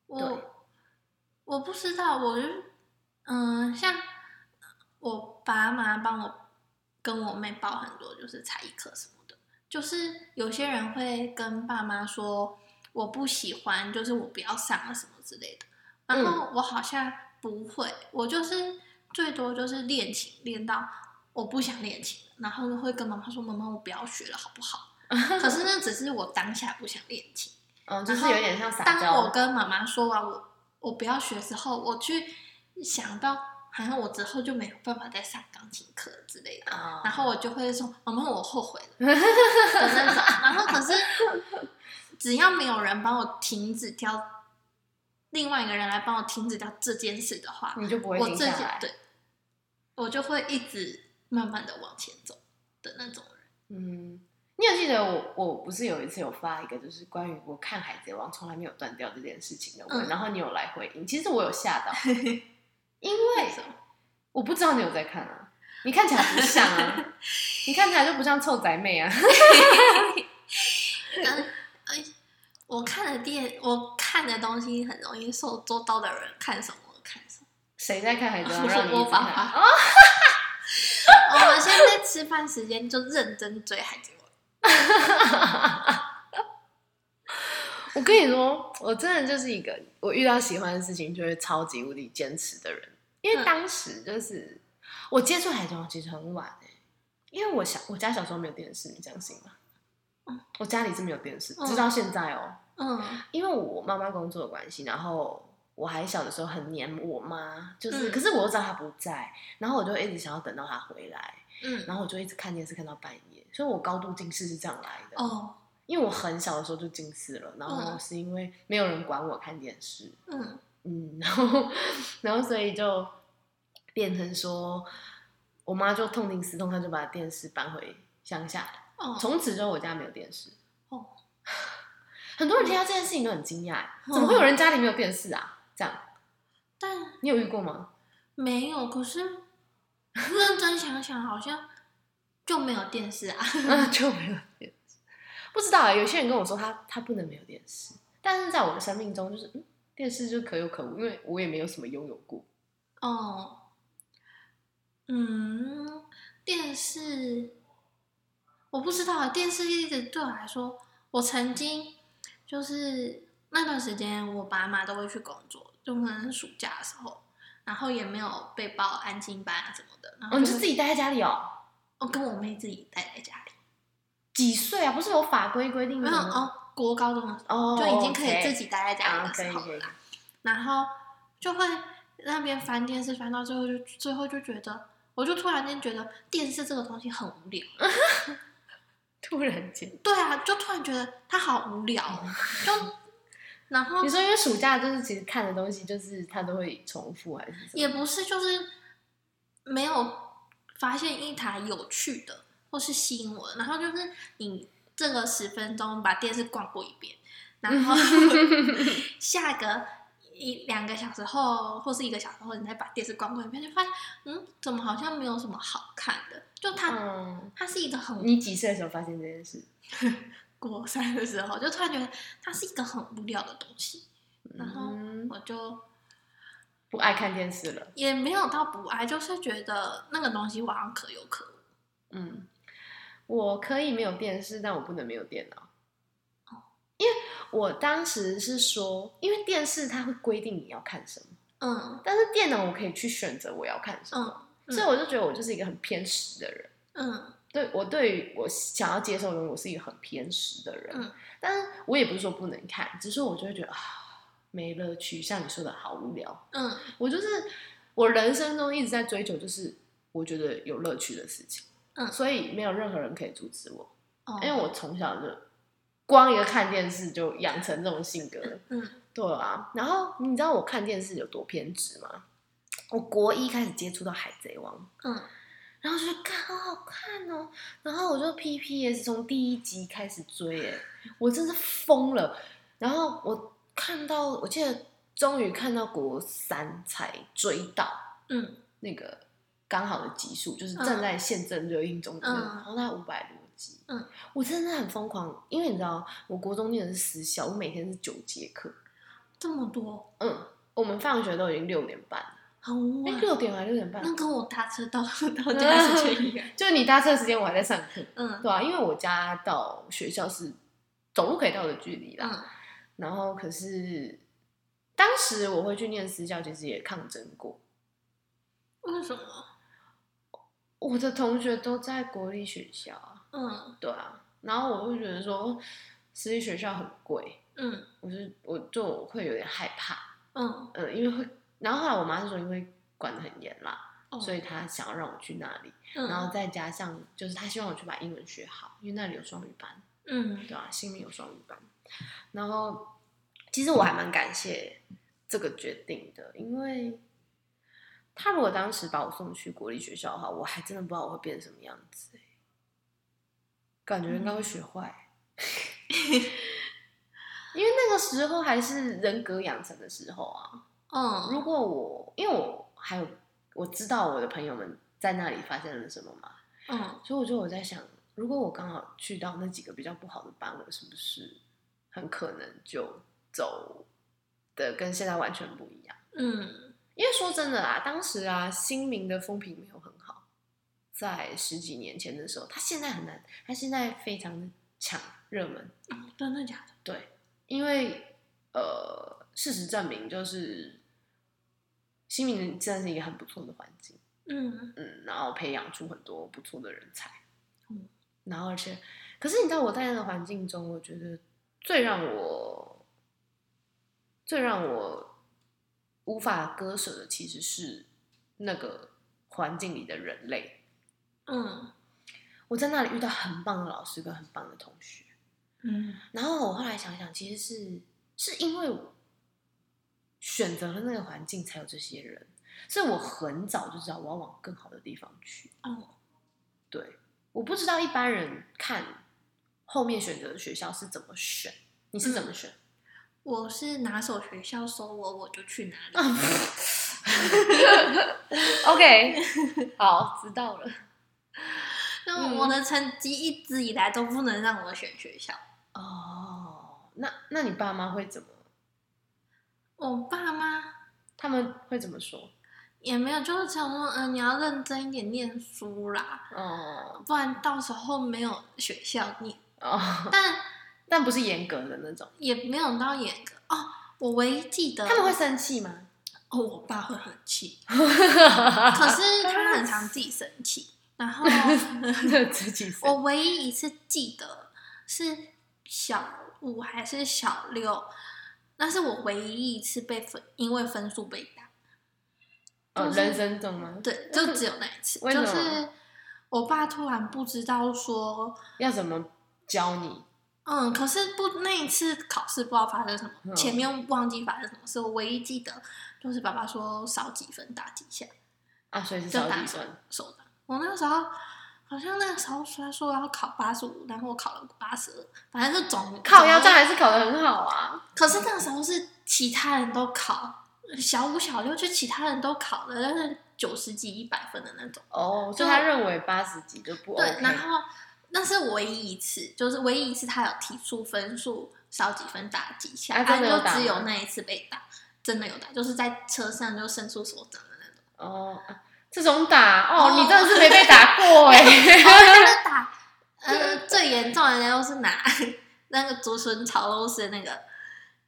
Speaker 1: 对
Speaker 2: 我我不知道，我就嗯，像我爸妈帮我跟我妹报很多，就是才艺课什么的。就是有些人会跟爸妈说我不喜欢，就是我不要上啊了什么之类的。
Speaker 1: 嗯
Speaker 2: 然后我好像不会，我就是最多就是练琴，练到我不想练琴了，然后就会跟妈妈说：“妈妈，我不要学了，好不好？”
Speaker 1: *laughs*
Speaker 2: 可是那只是我当下不想练琴。
Speaker 1: 嗯，就是有点像撒
Speaker 2: 当我
Speaker 1: 娇。
Speaker 2: 跟妈妈说完我我不要学之后，我去想到好像我之后就没有办法再上钢琴课之类的，
Speaker 1: 啊
Speaker 2: 然后我就会说妈妈我后悔
Speaker 1: *laughs*
Speaker 2: 了的那种。然后可是只要没有人帮我停止掉，另外一个人来帮我停止掉这件事的话，
Speaker 1: 你就不会
Speaker 2: 我
Speaker 1: 停
Speaker 2: 自
Speaker 1: 下
Speaker 2: 己
Speaker 1: 来。
Speaker 2: 对，我就会一直慢慢的往前走的那种人。
Speaker 1: 嗯，你有记得我我不是有一次有发一个就是关于我看《海贼王》从来没有断掉这件事情的文，
Speaker 2: 嗯
Speaker 1: 然后你有来回应，其实我有吓
Speaker 2: *laughs*
Speaker 1: 到，因为
Speaker 2: 什么？
Speaker 1: 我不知道你有在看啊，你看起来不像
Speaker 2: *laughs*
Speaker 1: 啊，你看起来就不像臭宅妹啊， *laughs*
Speaker 2: 呃哎我看的电，我看的东西很容易受周遭的人看什么看什么。
Speaker 1: 谁在看《海贼王》
Speaker 2: *laughs* 我
Speaker 1: 让你一
Speaker 2: 我
Speaker 1: 直
Speaker 2: 爸
Speaker 1: 看
Speaker 2: 爸
Speaker 1: 啊？
Speaker 2: 我们现在吃饭时间就认真追海贼王。
Speaker 1: *laughs* 我跟你说，我真的就是一个我遇到喜欢的事情就会超级无敌坚持的人，因为
Speaker 2: 嗯
Speaker 1: 当时就是我接触海贼王其实很晚、欸、因为我小我家小时候没有电视，你相信吗？我家里是没有电视，
Speaker 2: 嗯
Speaker 1: 直到现在哦、
Speaker 2: 嗯
Speaker 1: 因为我妈妈工作的关系，然后我还小的时候很黏我妈，就是、
Speaker 2: 嗯
Speaker 1: 可是我又知道她不在，然后我就一直想要等到她回来，
Speaker 2: 嗯，
Speaker 1: 然后我就一直看电视看到半夜，所以我高度近视是这样来的。
Speaker 2: 哦，
Speaker 1: 因为我很小的时候就近视了，然后是因为没有人管我看电视，
Speaker 2: 嗯
Speaker 1: 嗯，然后然后所以就变成说，我妈就痛定思痛，她就把电视搬回乡下，
Speaker 2: 哦，
Speaker 1: 从此之后我家没有电视。
Speaker 2: 哦，
Speaker 1: *laughs* 很多人听到这件事情都很惊讶，欸怎么
Speaker 2: 嗯
Speaker 1: 会有人家里没有电视啊？这样
Speaker 2: 但
Speaker 1: 你有遇过吗？ *laughs*
Speaker 2: 没有。可是认真想想，好像就没有电视啊。
Speaker 1: 啊，就没有电视。不知道啊、有些人跟我说他他不能没有电视，但是在我的生命中就是嗯，电视就可有可无，因为我也没有什么拥有过。
Speaker 2: 哦，嗯，电视我不知道，电视一直对我来说，我曾经就是那段时间，我爸妈都会去工作，就可能是暑假的时候，然后也没有被报安亲班啊什么的，然后
Speaker 1: 哦，你就
Speaker 2: 会
Speaker 1: 自己待在家里哦。
Speaker 2: 哦跟我妹自己待在家里，
Speaker 1: 几岁啊？不是有法规规定
Speaker 2: 没
Speaker 1: 的
Speaker 2: 有
Speaker 1: 吗？
Speaker 2: 哦，国高中的时
Speaker 1: 哦
Speaker 2: 候就已经可以
Speaker 1: OK
Speaker 2: 自己待在家里
Speaker 1: 啊，
Speaker 2: 的
Speaker 1: 可以
Speaker 2: 时候
Speaker 1: 可以
Speaker 2: 了。。然后就会那边翻电视，翻到最后就最后就觉得，我就突然间觉得电视这个东西很无聊。
Speaker 1: 突然间，
Speaker 2: 对啊，就突然觉得它好无聊哦，就 *laughs* 然后
Speaker 1: 你说因为暑假就是其实看的东西就是它都会重复还是什么？
Speaker 2: 也不是就是没有发现一台有趣的或是新闻，然后就是你这个十分钟把电视逛过一遍，然
Speaker 1: *laughs*
Speaker 2: 后下个一两个小时后或是一个小时后，你再把电视逛过一遍，就发现嗯，怎么好像没有什么好看的？就它、
Speaker 1: 嗯，
Speaker 2: 它是一个很
Speaker 1: 你几岁的时候发现这件事？
Speaker 2: 国三的时候，就突然觉得它是一个很无聊的东西，然后
Speaker 1: 嗯，
Speaker 2: 我就。
Speaker 1: 不爱看电视了。
Speaker 2: 也没有到不爱，就是觉得那个东西我好像可有可无。
Speaker 1: 嗯，我可以没有电视，但我不能没有电脑。
Speaker 2: 哦
Speaker 1: 因为我当时是说，因为电视它会规定你要看什么，
Speaker 2: 嗯
Speaker 1: 但是电脑我可以去选择我要看什么，
Speaker 2: 嗯嗯
Speaker 1: 所以我就觉得我就是一个很偏食的人。
Speaker 2: 嗯
Speaker 1: 对我对于我想要接受的东西，我是一个很偏食的人，
Speaker 2: 嗯
Speaker 1: 但是我也不是说不能看，只是我就会觉得啊没乐趣，像你说的好无聊。
Speaker 2: 嗯
Speaker 1: 我就是我人生中一直在追求，就是我觉得有乐趣的事情，
Speaker 2: 嗯
Speaker 1: 所以没有任何人可以阻止我，
Speaker 2: 哦，
Speaker 1: 因为我从小就光一个看电视就养成这种性格了。
Speaker 2: 嗯
Speaker 1: 对啊，然后你知道我看电视有多偏执吗？我国一开始接触到《海贼王》，
Speaker 2: 嗯
Speaker 1: 然后就看好好看哦，然后我就 P P S 从第一集开始追，哎，我真是疯了。然后我看到，我记得终于看到国三才追到
Speaker 2: 嗯
Speaker 1: 那个刚好的集数，就是站在宪政热映中的那个，
Speaker 2: 嗯
Speaker 1: 然后大概五百多集。
Speaker 2: 嗯，
Speaker 1: 我真的很疯狂，因为你知道，我国中念的是私校，我每天是九节课。
Speaker 2: 这么多，
Speaker 1: 嗯，我们放学都已经六点半了，
Speaker 2: 很
Speaker 1: 哎、嗯
Speaker 2: 晚。
Speaker 1: 六点还六点半，
Speaker 2: 那跟我搭车到 *laughs* 到家时
Speaker 1: *laughs*
Speaker 2: 间一样。
Speaker 1: 就你搭车时间我还在上课。
Speaker 2: 嗯
Speaker 1: 对啊，因为我家到学校是走路可以到的距离啦。
Speaker 2: 嗯
Speaker 1: 然后可是当时我会去念私校，其实也抗争过。
Speaker 2: 为什么？
Speaker 1: 我的同学都在国立学校啊，
Speaker 2: 嗯
Speaker 1: 对啊。然后我会觉得说哦私立学校很贵，
Speaker 2: 嗯
Speaker 1: 我是我就会有点害怕，
Speaker 2: 嗯，
Speaker 1: 嗯，因为会。然后后来我妈是说，因为管得很严啦，
Speaker 2: 哦
Speaker 1: 所以她想要让我去那里，
Speaker 2: 嗯
Speaker 1: 然后再加上就是她希望我去把英文学好，因为那里有双语班。
Speaker 2: 嗯
Speaker 1: 对啊，心里有双语班。然后其实我还蛮感谢这个决定的，因为他如果当时把我送去国立学校的话，我还真的不知道我会变成什么样子、欸、感觉应该会学坏。 *laughs* 因为那个时候还是人格养成的时候啊。
Speaker 2: 嗯
Speaker 1: 如果我，因为我还有我知道我的朋友们在那里发生了什么嘛，
Speaker 2: 嗯
Speaker 1: 所以我就我在想，如果我刚好去到那几个比较不好的班，我是不是很可能就走的跟现在完全不一样？
Speaker 2: 嗯
Speaker 1: 因为说真的啊，当时啊，新民的风评没有很好，在十几年前的时候，它现在很难，它现在非常的抢热门。
Speaker 2: 哦，真的假的？
Speaker 1: 对，因为呃，事实证明，就是新民真的是一个很不错的环境，
Speaker 2: 嗯，
Speaker 1: 嗯，然后培养出很多不错的人才，
Speaker 2: 嗯，
Speaker 1: 然后而且，可是你知道我在那个环境中，我觉得最让我最让我无法割舍的，其实是那个环境里的人类。
Speaker 2: 嗯
Speaker 1: 我在那里遇到很棒的老师跟很棒的同学，
Speaker 2: 嗯
Speaker 1: 然后我后来想想，其实是是因为我选择了那个环境，才有这些人。所以我很早就知道我要往更好的地方去。
Speaker 2: 哦，
Speaker 1: 对，我不知道一般人看后面选择的学校是怎么选，你是怎么选？
Speaker 2: 我是哪所学校收我，我就去哪里。
Speaker 1: 嗯 OK，好， *laughs* 知道了。
Speaker 2: 那
Speaker 1: 嗯
Speaker 2: 我的成绩一直以来都不能让我选学校。
Speaker 1: 哦，那那你爸妈会怎么？
Speaker 2: 我爸妈
Speaker 1: 他们会怎么说？
Speaker 2: 也没有，就是想说，嗯，你要认真一点念书啦，
Speaker 1: 哦
Speaker 2: 不然到时候没有学校念。
Speaker 1: 哦，
Speaker 2: 但
Speaker 1: *laughs* 但不是严格的那种。
Speaker 2: 也没有到严格哦。我唯一记得
Speaker 1: 他们会生气吗？
Speaker 2: 哦，我爸会很气，可是他很常自己生气。然
Speaker 1: *laughs*
Speaker 2: 后
Speaker 1: *laughs* 自己生
Speaker 2: 我唯一一次记得是小五还是小六，那是我唯一一次被分，因为分数被打。
Speaker 1: 哦，
Speaker 2: 就是
Speaker 1: 人生中吗？
Speaker 2: 对，就只有那一次，
Speaker 1: 为什
Speaker 2: 就
Speaker 1: 么
Speaker 2: 是我爸突然不知道说，
Speaker 1: 要怎么教你？
Speaker 2: 嗯，可是不那一次考试不知道发生什么，
Speaker 1: 嗯
Speaker 2: 前面忘记发生什么事，我唯一记得就是爸爸说少几分打几下，
Speaker 1: 啊，所以是
Speaker 2: 就
Speaker 1: 少
Speaker 2: 打
Speaker 1: 几
Speaker 2: 手
Speaker 1: 分
Speaker 2: 手打。我那时候好像那时候虽然说要考八十五，然后我考了八十二，反正就总
Speaker 1: 考啊腰
Speaker 2: 总
Speaker 1: 站还是考得很好啊。
Speaker 2: 可是那时候是其他人都考小五小六，就其他人都考了，但是九十几一百分的那种。
Speaker 1: 哦，所以他认为八十几就不 OK。
Speaker 2: 对，然后那是唯一一次，就是唯一一次他有提出分数少几分打几下，
Speaker 1: 啊
Speaker 2: 但
Speaker 1: 真的有打
Speaker 2: 就只有
Speaker 1: 吗
Speaker 2: 那一次被打，真的有打，就是在车上就伸出手掌的
Speaker 1: *laughs*
Speaker 2: 那种。
Speaker 1: 哦，啊这种打哦，
Speaker 2: 哦
Speaker 1: 你真的是没被打过
Speaker 2: *laughs*
Speaker 1: 哎、
Speaker 2: 然后哦那个打，呃，最严重的人都是拿 *laughs* 那个竹笋炒肉丝那个，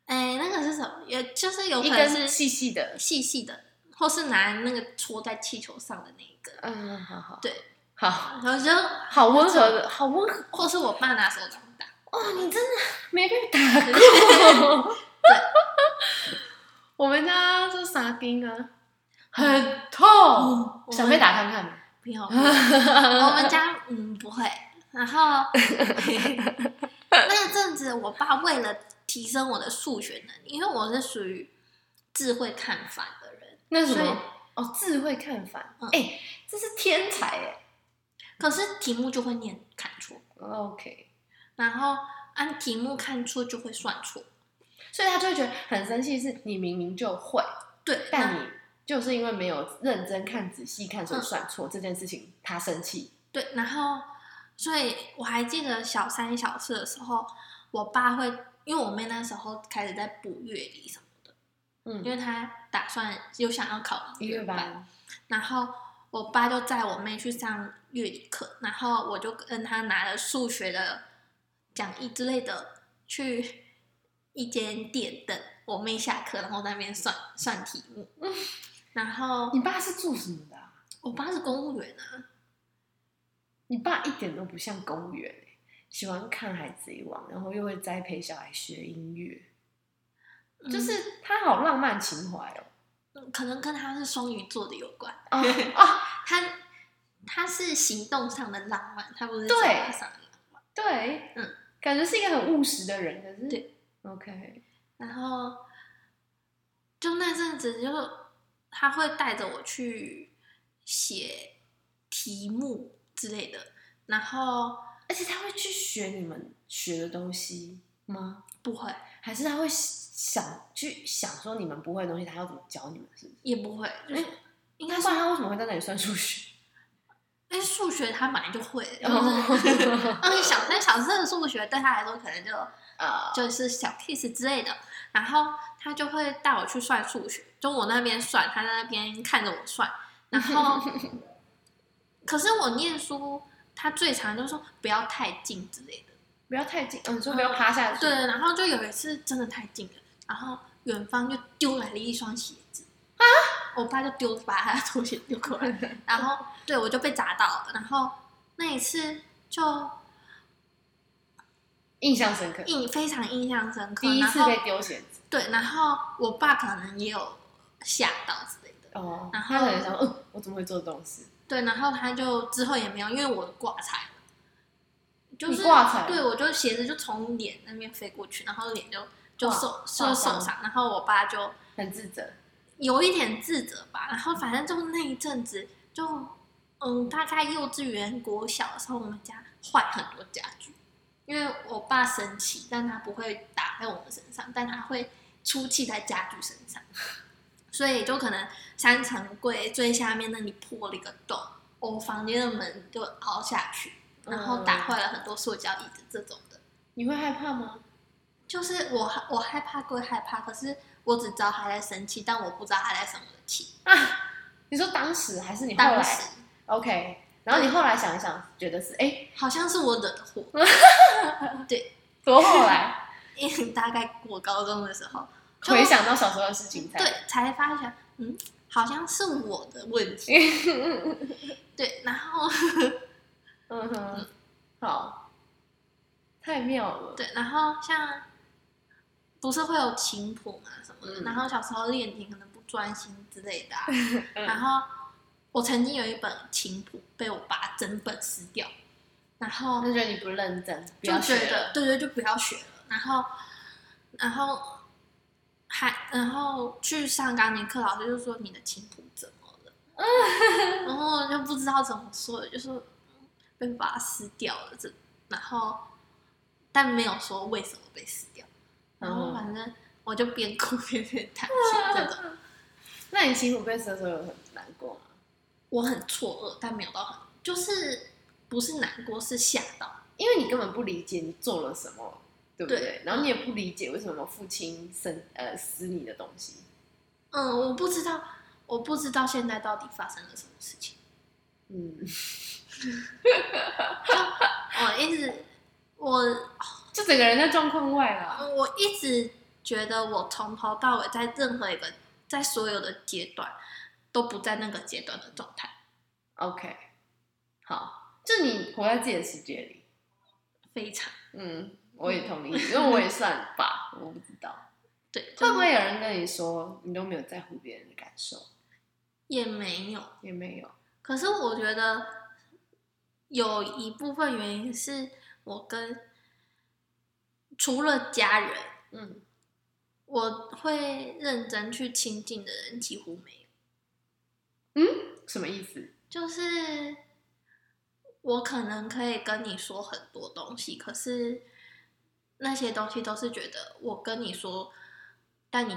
Speaker 2: 哎，那个是什么？也就是有可
Speaker 1: 一
Speaker 2: 能
Speaker 1: 根
Speaker 2: 是
Speaker 1: 细细的。
Speaker 2: 细细的，或是拿那个戳在气球上的那一个，
Speaker 1: 嗯，好好，
Speaker 2: 对，
Speaker 1: 好，
Speaker 2: 然后就
Speaker 1: 好温和的，哦好温和
Speaker 2: 或是我爸拿手掌打。
Speaker 1: *laughs* 哦，你真的没被打过。我们家就沙丁啊，很痛，
Speaker 2: 哦
Speaker 1: 想被打看看吗？
Speaker 2: 不要，不要我们家嗯不会。然后 *laughs* 那阵子，我爸为了提升我的数学能力，因为我是属于智慧看反的人，
Speaker 1: 那什
Speaker 2: 所以
Speaker 1: 么？哦，智慧看法，哎、
Speaker 2: 嗯
Speaker 1: 这是天才哎、
Speaker 2: 可是题目就会念看错，
Speaker 1: OK，
Speaker 2: 然后按题目看错就会算错。
Speaker 1: 所以他就会觉得很生气，是你明明就会，
Speaker 2: 对，
Speaker 1: 但
Speaker 2: 那
Speaker 1: 你就是因为没有认真看、仔细看，
Speaker 2: 嗯
Speaker 1: 所以算错、这件事情，他生气。
Speaker 2: 对，然后所以我还记得小三小四的时候，我爸会因为我妹那时候开始在补乐理什么的，
Speaker 1: 嗯，
Speaker 2: 因为她打算有想要考
Speaker 1: 音
Speaker 2: 音
Speaker 1: 乐
Speaker 2: 乐班。
Speaker 1: 班，
Speaker 2: 然后我爸就载我妹去上乐理课，然后我就跟他拿了数学的讲义之类的去一间店等我妹下课，然后在那边算算题目。
Speaker 1: 嗯
Speaker 2: 然后
Speaker 1: 你爸是做什么的啊、
Speaker 2: 我爸是公务员啊，
Speaker 1: 你爸一点都不像公务员、欸，喜欢看《海贼王》，然后又会栽培小孩学音乐，就
Speaker 2: 就是
Speaker 1: 是他好浪漫情怀
Speaker 2: *laughs*
Speaker 1: 哦。
Speaker 2: 嗯可能跟他是双鱼座的有关。
Speaker 1: 啊啊，
Speaker 2: 他他是行动上的浪漫，他不是
Speaker 1: 对
Speaker 2: 嘴巴上的浪漫。
Speaker 1: 对，
Speaker 2: 嗯，
Speaker 1: 感觉是一个很务实的人，可是
Speaker 2: 对
Speaker 1: ，OK，
Speaker 2: 然后就那阵子，就是他会带着我去写题目之类的，然后
Speaker 1: 而且他会去学你们学的东西吗？
Speaker 2: 不会，
Speaker 1: 还是他会想去想说你们不会的东西，他要怎么教你们？是不是？
Speaker 2: 也不会，
Speaker 1: 哎
Speaker 2: 就是应该
Speaker 1: 不
Speaker 2: 说，
Speaker 1: 然他为什么会在那里算数学？
Speaker 2: 因为哎数学他本来就会，就
Speaker 1: 哦
Speaker 2: 是
Speaker 1: *laughs*
Speaker 2: 嗯，小那小时候的数学对他来说可能就
Speaker 1: 啊
Speaker 2: 就是小 case 之类的，然后他就会带我去算数学，就我那边算，他在那边看着我算，然后可是我念书，他最常就说不要太近之类的。
Speaker 1: 不要太近，嗯，你说不要趴下去，
Speaker 2: 对，然后就有一次真的太近了，然后远方就丢来了一双鞋子啊，我爸就丢把他的拖鞋丢过来，然后对我就被砸到了，然后那一次就
Speaker 1: 印象深刻。
Speaker 2: 印非常印象深刻。
Speaker 1: 第一次
Speaker 2: 然后
Speaker 1: 被丢鞋子，
Speaker 2: 对，然后我爸可能也有吓到之类的，
Speaker 1: 哦，
Speaker 2: 然
Speaker 1: 他
Speaker 2: 后
Speaker 1: 可能想说，嗯，我怎么会做这种事？
Speaker 2: 对，然后他就之后也没有，因为我挂彩了，就是
Speaker 1: 你挂彩了
Speaker 2: 对我就鞋子就从脸那边飞过去，然后脸就就
Speaker 1: 挂
Speaker 2: 受
Speaker 1: 挂
Speaker 2: 受
Speaker 1: 伤
Speaker 2: 受伤，然后我爸就
Speaker 1: 很自责，
Speaker 2: 有一点自责吧，然后反正就那一阵子就。嗯，大概幼稚园、国小的时候，我们家换很多家具，因为我爸生气，但他不会打在我们身上，但他会出气在家具身上，所以就可能三层柜最下面那里破了一个洞，我房间的门就凹下去，然后打坏了很多塑胶椅子这种的。
Speaker 1: 嗯你会害怕吗？
Speaker 2: 就是我我害怕归害怕，可是我只知道他在生气，但我不知道他在生我的气。
Speaker 1: 你说当时还是你后
Speaker 2: 啊当
Speaker 1: 来
Speaker 2: 时
Speaker 1: ？OK，然后你后来想一想，觉得是哎，
Speaker 2: 好像是我惹的祸， *laughs*
Speaker 1: 多后来
Speaker 2: 因
Speaker 1: 嗯
Speaker 2: 为 *laughs* 大概我高中的时候就
Speaker 1: 回想到小时候的事情才
Speaker 2: 对，才发现，嗯，好像是我的问
Speaker 1: *laughs*
Speaker 2: 题。对，然后
Speaker 1: 嗯哼，好，太妙了。
Speaker 2: 对，然后像不是会有琴谱嘛什么的，
Speaker 1: 嗯
Speaker 2: 然后小时候练琴可能不专心之类
Speaker 1: *laughs*
Speaker 2: 的啊、
Speaker 1: 嗯
Speaker 2: 然后我曾经有一本琴谱被我爸整本撕掉，然后
Speaker 1: 他觉得你不认真，不要
Speaker 2: 就觉
Speaker 1: 学
Speaker 2: 得
Speaker 1: 了。
Speaker 2: 对对，就不要学了。然后，然后还然后去上钢琴课，老师就说你的琴谱怎么
Speaker 1: *laughs*
Speaker 2: 了？然后我就不知道怎么说了，就说嗯被把它撕掉了这，然后但没有说为什么被撕掉。然后
Speaker 1: 嗯
Speaker 2: 反正我就边哭边在弹
Speaker 1: *laughs*
Speaker 2: 琴，这种
Speaker 1: 那你辛苦被蛇的时候有很难过吗？
Speaker 2: 我很错愕，但没有到很就是不是难过是吓到。
Speaker 1: 因为你根本不理解你做了什么，对不对？
Speaker 2: 对
Speaker 1: 然后你也不理解为什么父亲生呃撕你的东西。
Speaker 2: 嗯，我不知道，我不知道现在到底发生了什么事情。
Speaker 1: 嗯，
Speaker 2: 我哦一直我
Speaker 1: *laughs* 就整个人在状况外啦。
Speaker 2: 我一直觉得我从头到尾在任何一个在所有的阶段都不在那个阶段的状态，
Speaker 1: OK，好，就你活在自己的世界里。
Speaker 2: 非常
Speaker 1: 嗯，我也同意，因为我也算吧，我不知 *laughs* 道
Speaker 2: 对，
Speaker 1: 会不会
Speaker 2: 就是
Speaker 1: 有人跟你说你都没有在乎别人的感受，
Speaker 2: 也没有？
Speaker 1: 也没有。
Speaker 2: 可是我觉得有一部分原因是我跟除了家人，
Speaker 1: 嗯，
Speaker 2: 我会认真去亲近的人几乎没有。
Speaker 1: 什么意思？
Speaker 2: 就是我可能可以跟你说很多东西，可是那些东西都是觉得我跟你说，但你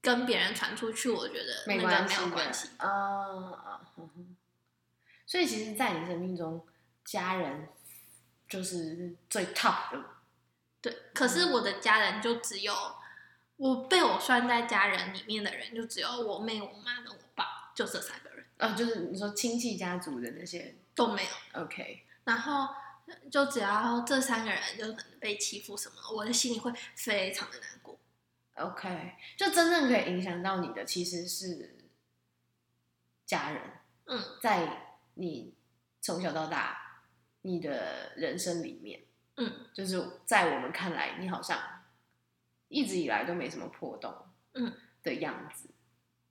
Speaker 2: 跟别人传出去，我觉得那
Speaker 1: 没
Speaker 2: 个
Speaker 1: 关
Speaker 2: 没
Speaker 1: 系的，
Speaker 2: 有关系。
Speaker 1: 啊啊、嗯哼所以其实，在你生命中，家人就是最 top 的。
Speaker 2: 对，
Speaker 1: 嗯
Speaker 2: 可是我的家人就只有我被我算在家人里面的人，就只有我妹、我妈跟我爸，就这三个人
Speaker 1: 啊，就是你说亲戚家族的那些
Speaker 2: 都没有。
Speaker 1: ，OK，
Speaker 2: 然后就只要这三个人就可能被欺负什么，我的心里会非常的难过。
Speaker 1: OK，就真正可以影响到你的其实是家人，
Speaker 2: 嗯，
Speaker 1: 在你从小到大你的人生里面，
Speaker 2: 嗯，
Speaker 1: 就是在我们看来，你好像一直以来都没什么破洞，
Speaker 2: 嗯
Speaker 1: 的样子，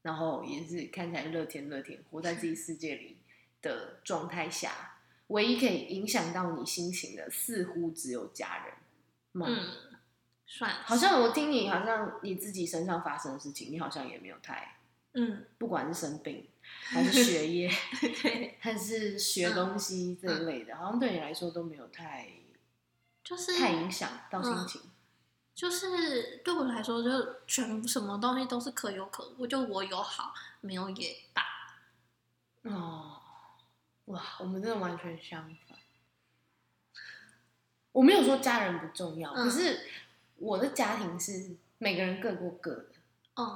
Speaker 1: 然后也是看起来乐天乐天，活在自己世界里的状态下，唯一可以影响到你心情的，似乎只有家人吗？
Speaker 2: 嗯，算了
Speaker 1: 好像我听你，好像你自己身上发生的事情，你好像也没有太，
Speaker 2: 嗯，
Speaker 1: 不管是生
Speaker 2: *laughs*
Speaker 1: 病还是学业，
Speaker 2: 对，嗯
Speaker 1: 还是学东西这一类的，好像对你来说都没有太
Speaker 2: 就是嗯
Speaker 1: 太影响到心情。
Speaker 2: 就是对我来说，就是全部什么东西都是可有可无，就我有好，没有也罢。
Speaker 1: 哦，哇，我们真的完全相反。我没有说家人不重要，
Speaker 2: 嗯
Speaker 1: 可是我的家庭是每个人各过各的。
Speaker 2: 嗯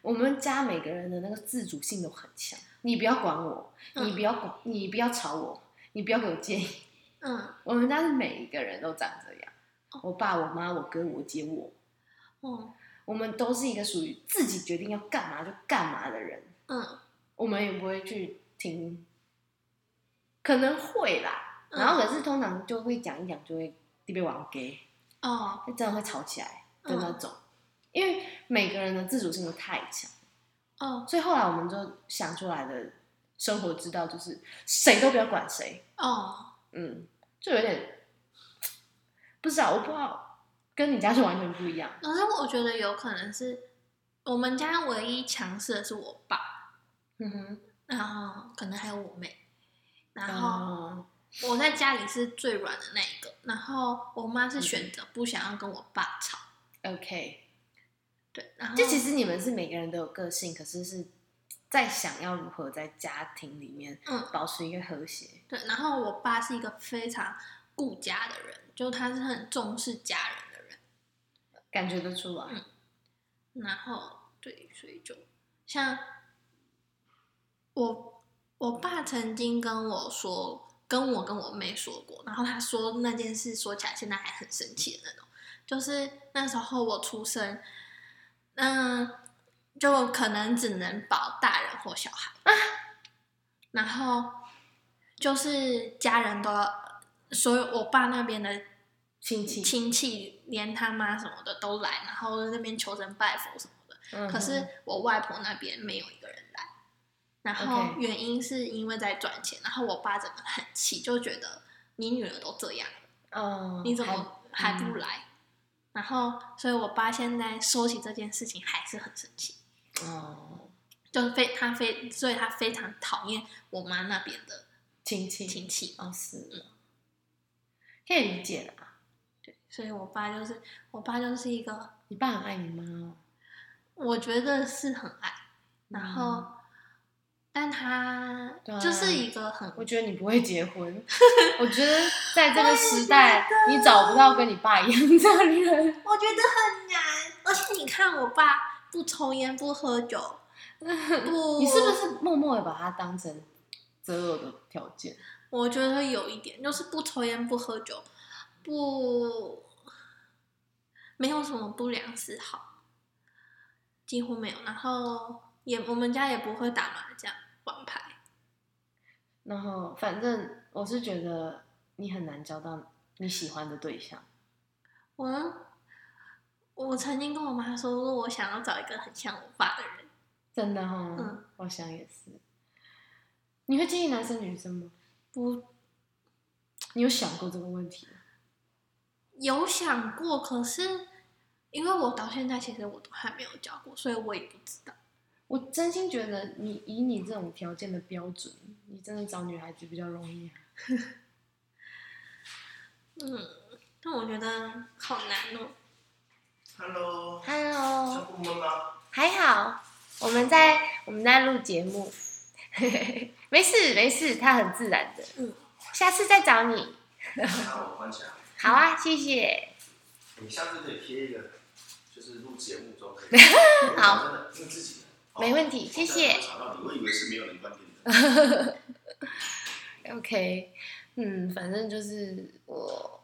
Speaker 1: 我们家每个人的那个自主性都很强。你不要管我，
Speaker 2: 嗯
Speaker 1: 你不要管，你不要吵我，你不要给我建议。
Speaker 2: 嗯，
Speaker 1: 我们家是每一个人都长这样，我爸、我妈、我哥、我姐、我，
Speaker 2: 哦，
Speaker 1: 我们都是一个属于自己决定要干嘛就干嘛的人。
Speaker 2: 嗯，
Speaker 1: 我们也不会去听，可能会啦，
Speaker 2: 嗯
Speaker 1: 然后可是通常就会讲一讲，就会就被玩 gay，
Speaker 2: 哦，
Speaker 1: 真的会吵起来的
Speaker 2: 嗯
Speaker 1: 那种，因为每个人的自主性都太强，
Speaker 2: 哦，
Speaker 1: 所以后来我们就想出来的生活之道就是谁都不要管谁，
Speaker 2: 哦，
Speaker 1: 嗯，就有点不知道，我不知道跟你家是完全不一样，
Speaker 2: 可是我觉得有可能是我们家唯一强势的是我爸，
Speaker 1: 嗯哼，
Speaker 2: 然后可能还有我妹，然后
Speaker 1: 后
Speaker 2: 我在家里是最软的那一个，然后我妈
Speaker 1: 嗯
Speaker 2: 是选择不想要跟我爸吵，
Speaker 1: OK，
Speaker 2: 对，然后
Speaker 1: 就其实你们是每个人都有个性，可是是在想要如何在家庭里面
Speaker 2: 嗯
Speaker 1: 保持一个和谐。
Speaker 2: 对，然后我爸是一个非常顾家的人，就他是很重视家人的人。
Speaker 1: 感觉得出来，
Speaker 2: 然后对，所以就像我我爸曾经跟我说，跟我跟我妹说过，然后他说那件事说起来现在还很生气的那种，就是那时候我出生，嗯，就可能只能保大人或小孩，然后就是家人都要，所以我爸那边的
Speaker 1: 亲戚，
Speaker 2: 亲戚连他妈什么的都来，然后那边求神拜佛什么的。
Speaker 1: 嗯
Speaker 2: 可是我外婆那边没有一个人来，然后
Speaker 1: OK
Speaker 2: 原因是因为在赚钱，然后我爸整个很气，就觉得你女儿都这样，
Speaker 1: 嗯，
Speaker 2: 你怎
Speaker 1: 还嗯
Speaker 2: 么还不来？然后，所以我爸现在说起这件事情还是很生气，
Speaker 1: 哦
Speaker 2: 就是非他非，所以他非常讨厌我妈那边的
Speaker 1: 亲戚
Speaker 2: 亲戚。
Speaker 1: 哦是，可以理解啦。
Speaker 2: 对，所以我爸就是我爸就是一个
Speaker 1: 你爸很爱你妈哦，
Speaker 2: 我觉得是很爱，然后，但他
Speaker 1: 嗯对啊
Speaker 2: 就是一个很，
Speaker 1: 我觉得你不会结婚，我觉得在这个时
Speaker 2: *laughs*
Speaker 1: 代，你找不到跟你爸一样这样的人，
Speaker 2: 我觉得很难，而且你看我爸不抽烟不喝酒，不，
Speaker 1: *laughs* 你是不？是默默的把他当成择偶的条件？
Speaker 2: 我觉得有一点，就是不抽烟不喝酒，不，没有什么不良嗜好，几乎没有。然后也我们家也不会打麻将、玩牌，
Speaker 1: 然后，反正我是觉得你很难交到你喜欢的对象。
Speaker 2: 我我曾经跟我妈说过，我想要找一个很像我爸的人。
Speaker 1: 真的哈，
Speaker 2: 嗯
Speaker 1: 我想也是。你会建议男生女生吗？
Speaker 2: 不
Speaker 1: 你有想过这个问题吗？
Speaker 2: 有想过，可是因为我到现在其实我都还没有交过，所以我也不知道。
Speaker 1: 我真心觉得你以你这种条件的标准，你真的找女孩子比较容易啊。
Speaker 2: 嗯，但我觉得好难哦。
Speaker 3: Hello，照
Speaker 1: Hello，
Speaker 3: 顾妈妈。
Speaker 1: 哦 *laughs* 还好，我们在我们在录节目， *laughs* 没事没事，他很自然的。
Speaker 2: 嗯，
Speaker 1: 下次再找你。
Speaker 3: 那我换起来，
Speaker 1: 好啊，谢谢。
Speaker 3: 你下次可以贴一个，就是录节目中可以。因为
Speaker 1: 好
Speaker 3: 真的，因为自己的。
Speaker 1: 没问题
Speaker 3: 好
Speaker 1: 谢谢
Speaker 3: 我查到你，我以为是没有人观点的。
Speaker 1: OK，嗯，反正就是我，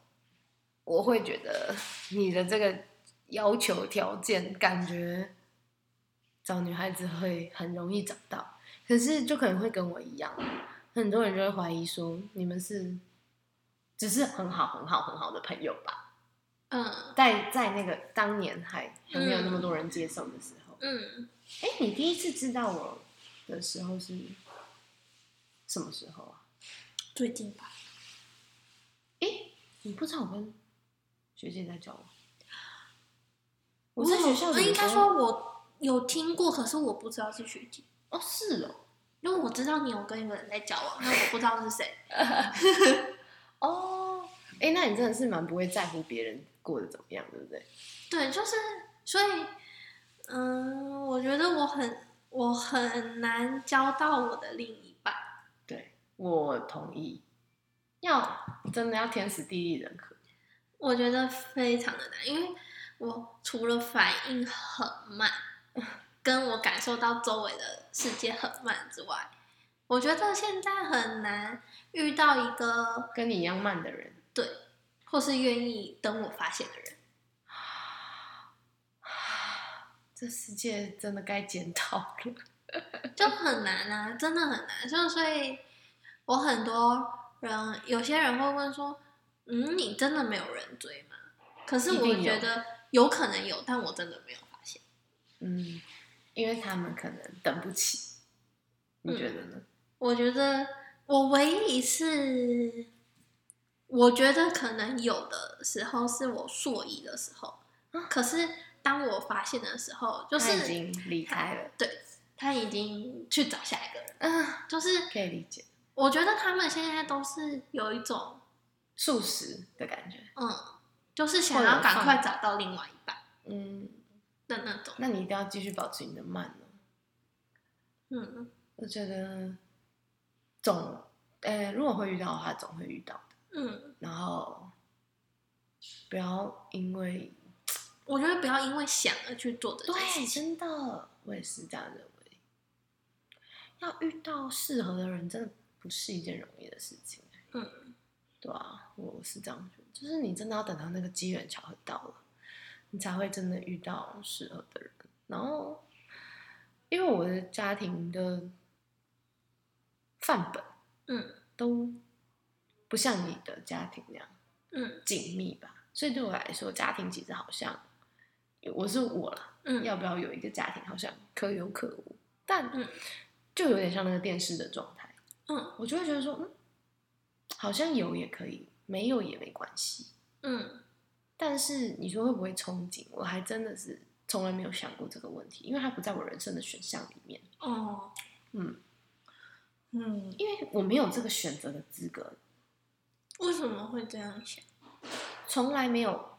Speaker 1: 我会觉得你的这个要求条件，感觉找女孩子会很容易找到，可是就可能会跟我一样，很多人就会怀疑说你们是只是很好、很好、很好的朋友吧？
Speaker 2: 嗯
Speaker 1: 在在那个当年还还没有那么多人接受的时候，
Speaker 2: 嗯，
Speaker 1: 哎、你第一次知道我的时候是什么时候啊？
Speaker 2: 最近吧，
Speaker 1: 诶，你不知道我跟学姐在交往？我
Speaker 2: 有
Speaker 1: 在学校
Speaker 2: 我
Speaker 1: 里
Speaker 2: 哦应该
Speaker 1: 的时
Speaker 2: 说
Speaker 1: 候
Speaker 2: 我有听过，可是我不知道是学姐，
Speaker 1: 哦，是哦，
Speaker 2: 因为我知道你有跟一个人在交往，但我不知道是谁。
Speaker 1: 哦，哎，那你真的是蛮不会在乎别人过得怎么样，对不对？
Speaker 2: 对，就是所以，嗯，我觉得我很我很难交到我的另一半。
Speaker 1: 对，我同意，要真的要天时地利人和，
Speaker 2: 我觉得非常的难，因为我除了反应很慢，跟我感受到周围的世界很慢之外，我觉得现在很难遇到一个
Speaker 1: 跟你一样慢的人，
Speaker 2: 对，或是愿意等我发现的人。
Speaker 1: 这世界真的该检讨了。
Speaker 2: 就很难啊，真的很难。就所以，我很多人，有些人会问说：“嗯，你真的没有人追吗？”可是
Speaker 1: 一定
Speaker 2: 我
Speaker 1: 有
Speaker 2: 觉得有可能有，但我真的没有发现。
Speaker 1: 嗯，因为他们可能等不起，
Speaker 2: 嗯
Speaker 1: 你觉得呢？
Speaker 2: 我觉得我唯一一次，我觉得可能有的时候是我硕一的时候，可是当我发现的时候，就
Speaker 1: 啊他
Speaker 2: 是
Speaker 1: 已经离开了，
Speaker 2: 对他已经去找下一个人，
Speaker 1: 嗯、
Speaker 2: 就是
Speaker 1: 可以理解，
Speaker 2: 我觉得他们现在都是有一种。
Speaker 1: 素食的感觉。
Speaker 2: 嗯，就是想
Speaker 1: 会有
Speaker 2: 要赶
Speaker 1: 放
Speaker 2: 快找到另外一半
Speaker 1: 嗯，
Speaker 2: 的那种。
Speaker 1: 那你一定要继续保持你的慢哦。
Speaker 2: 嗯
Speaker 1: 我觉得总，呃，如果会遇到的话，总会遇到的。
Speaker 2: 嗯，
Speaker 1: 然后不要因为
Speaker 2: 我觉得不要因为想而去做这件事
Speaker 1: 对，
Speaker 2: 情。
Speaker 1: 真的，我也是这样认为。要遇到适合的人，真的不是一件容易的事情。
Speaker 2: 嗯，
Speaker 1: 对啊，我是这样觉得，就是你真的要等到那个机缘巧合到了，你才会真的遇到适合的人。然后，因为我的家庭的范本，
Speaker 2: 嗯，
Speaker 1: 都不像你的家庭那样
Speaker 2: 嗯
Speaker 1: 紧密吧，所以对我来说，家庭其实好像我是我啦，
Speaker 2: 嗯，
Speaker 1: 要不要有一个家庭，好像可有可无，但
Speaker 2: 嗯
Speaker 1: 就有点像那个电视的状态，
Speaker 2: 嗯
Speaker 1: 我就会觉得说，嗯，好像有也可以，没有也没关系。
Speaker 2: 嗯
Speaker 1: 但是你说会不会憧憬？我还真的是从来没有想过这个问题，因为它不在我人生的选项里面。
Speaker 2: 哦
Speaker 1: 嗯，
Speaker 2: 嗯，
Speaker 1: 因为我没有这个选择的资格，
Speaker 2: 为什么会这样想？
Speaker 1: 从来没有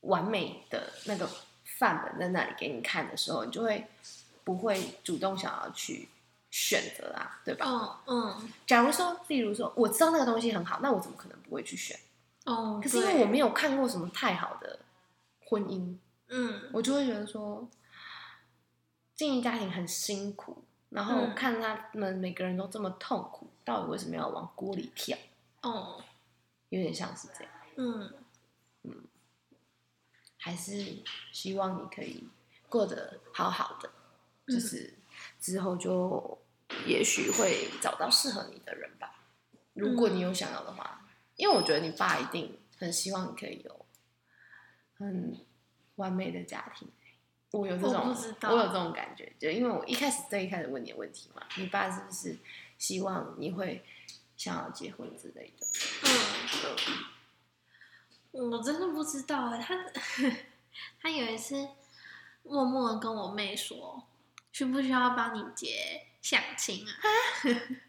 Speaker 1: 完美的那个范本在那里给你看的时候，你就会不会主动想要去选择啊，对吧？
Speaker 2: 哦嗯
Speaker 1: 假如说，例如说，我知道那个东西很好，那我怎么可能不会去选？
Speaker 2: 哦，
Speaker 1: 可是因
Speaker 2: 对
Speaker 1: 为我没有看过什么太好的婚姻，
Speaker 2: 嗯
Speaker 1: 我就会觉得说，经营家庭很辛苦，然后
Speaker 2: 嗯
Speaker 1: 看他们每个人都这么痛苦，到底为什么要往锅里跳？
Speaker 2: 哦
Speaker 1: 有点像是这样，
Speaker 2: 嗯
Speaker 1: 还是希望你可以过得好好的，
Speaker 2: 嗯
Speaker 1: 就是之后就也许会找到适合你的人吧。如果你
Speaker 2: 嗯
Speaker 1: 有想要的话，因为我觉得你爸一定很希望你可以有很完美的家庭。我有这种，
Speaker 2: 我不知道
Speaker 1: 有这种感觉，就因为我一开始最一开始问你的问题嘛，你爸是不是希望你会想要结婚之类的？
Speaker 2: 嗯，我真的不知道哎、他 *laughs* 他有一次默默的跟我妹说，需不需要帮你结相亲啊？ *laughs*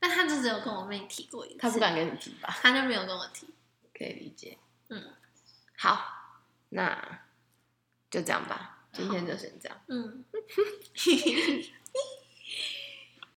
Speaker 2: 但他就只有跟我妹提过一次，
Speaker 1: 他不，敢跟你提吧？
Speaker 2: 他就没有跟我提。
Speaker 1: 可以理解。
Speaker 2: 嗯
Speaker 1: 好，那就这样吧，今天就先这样。
Speaker 2: 嗯，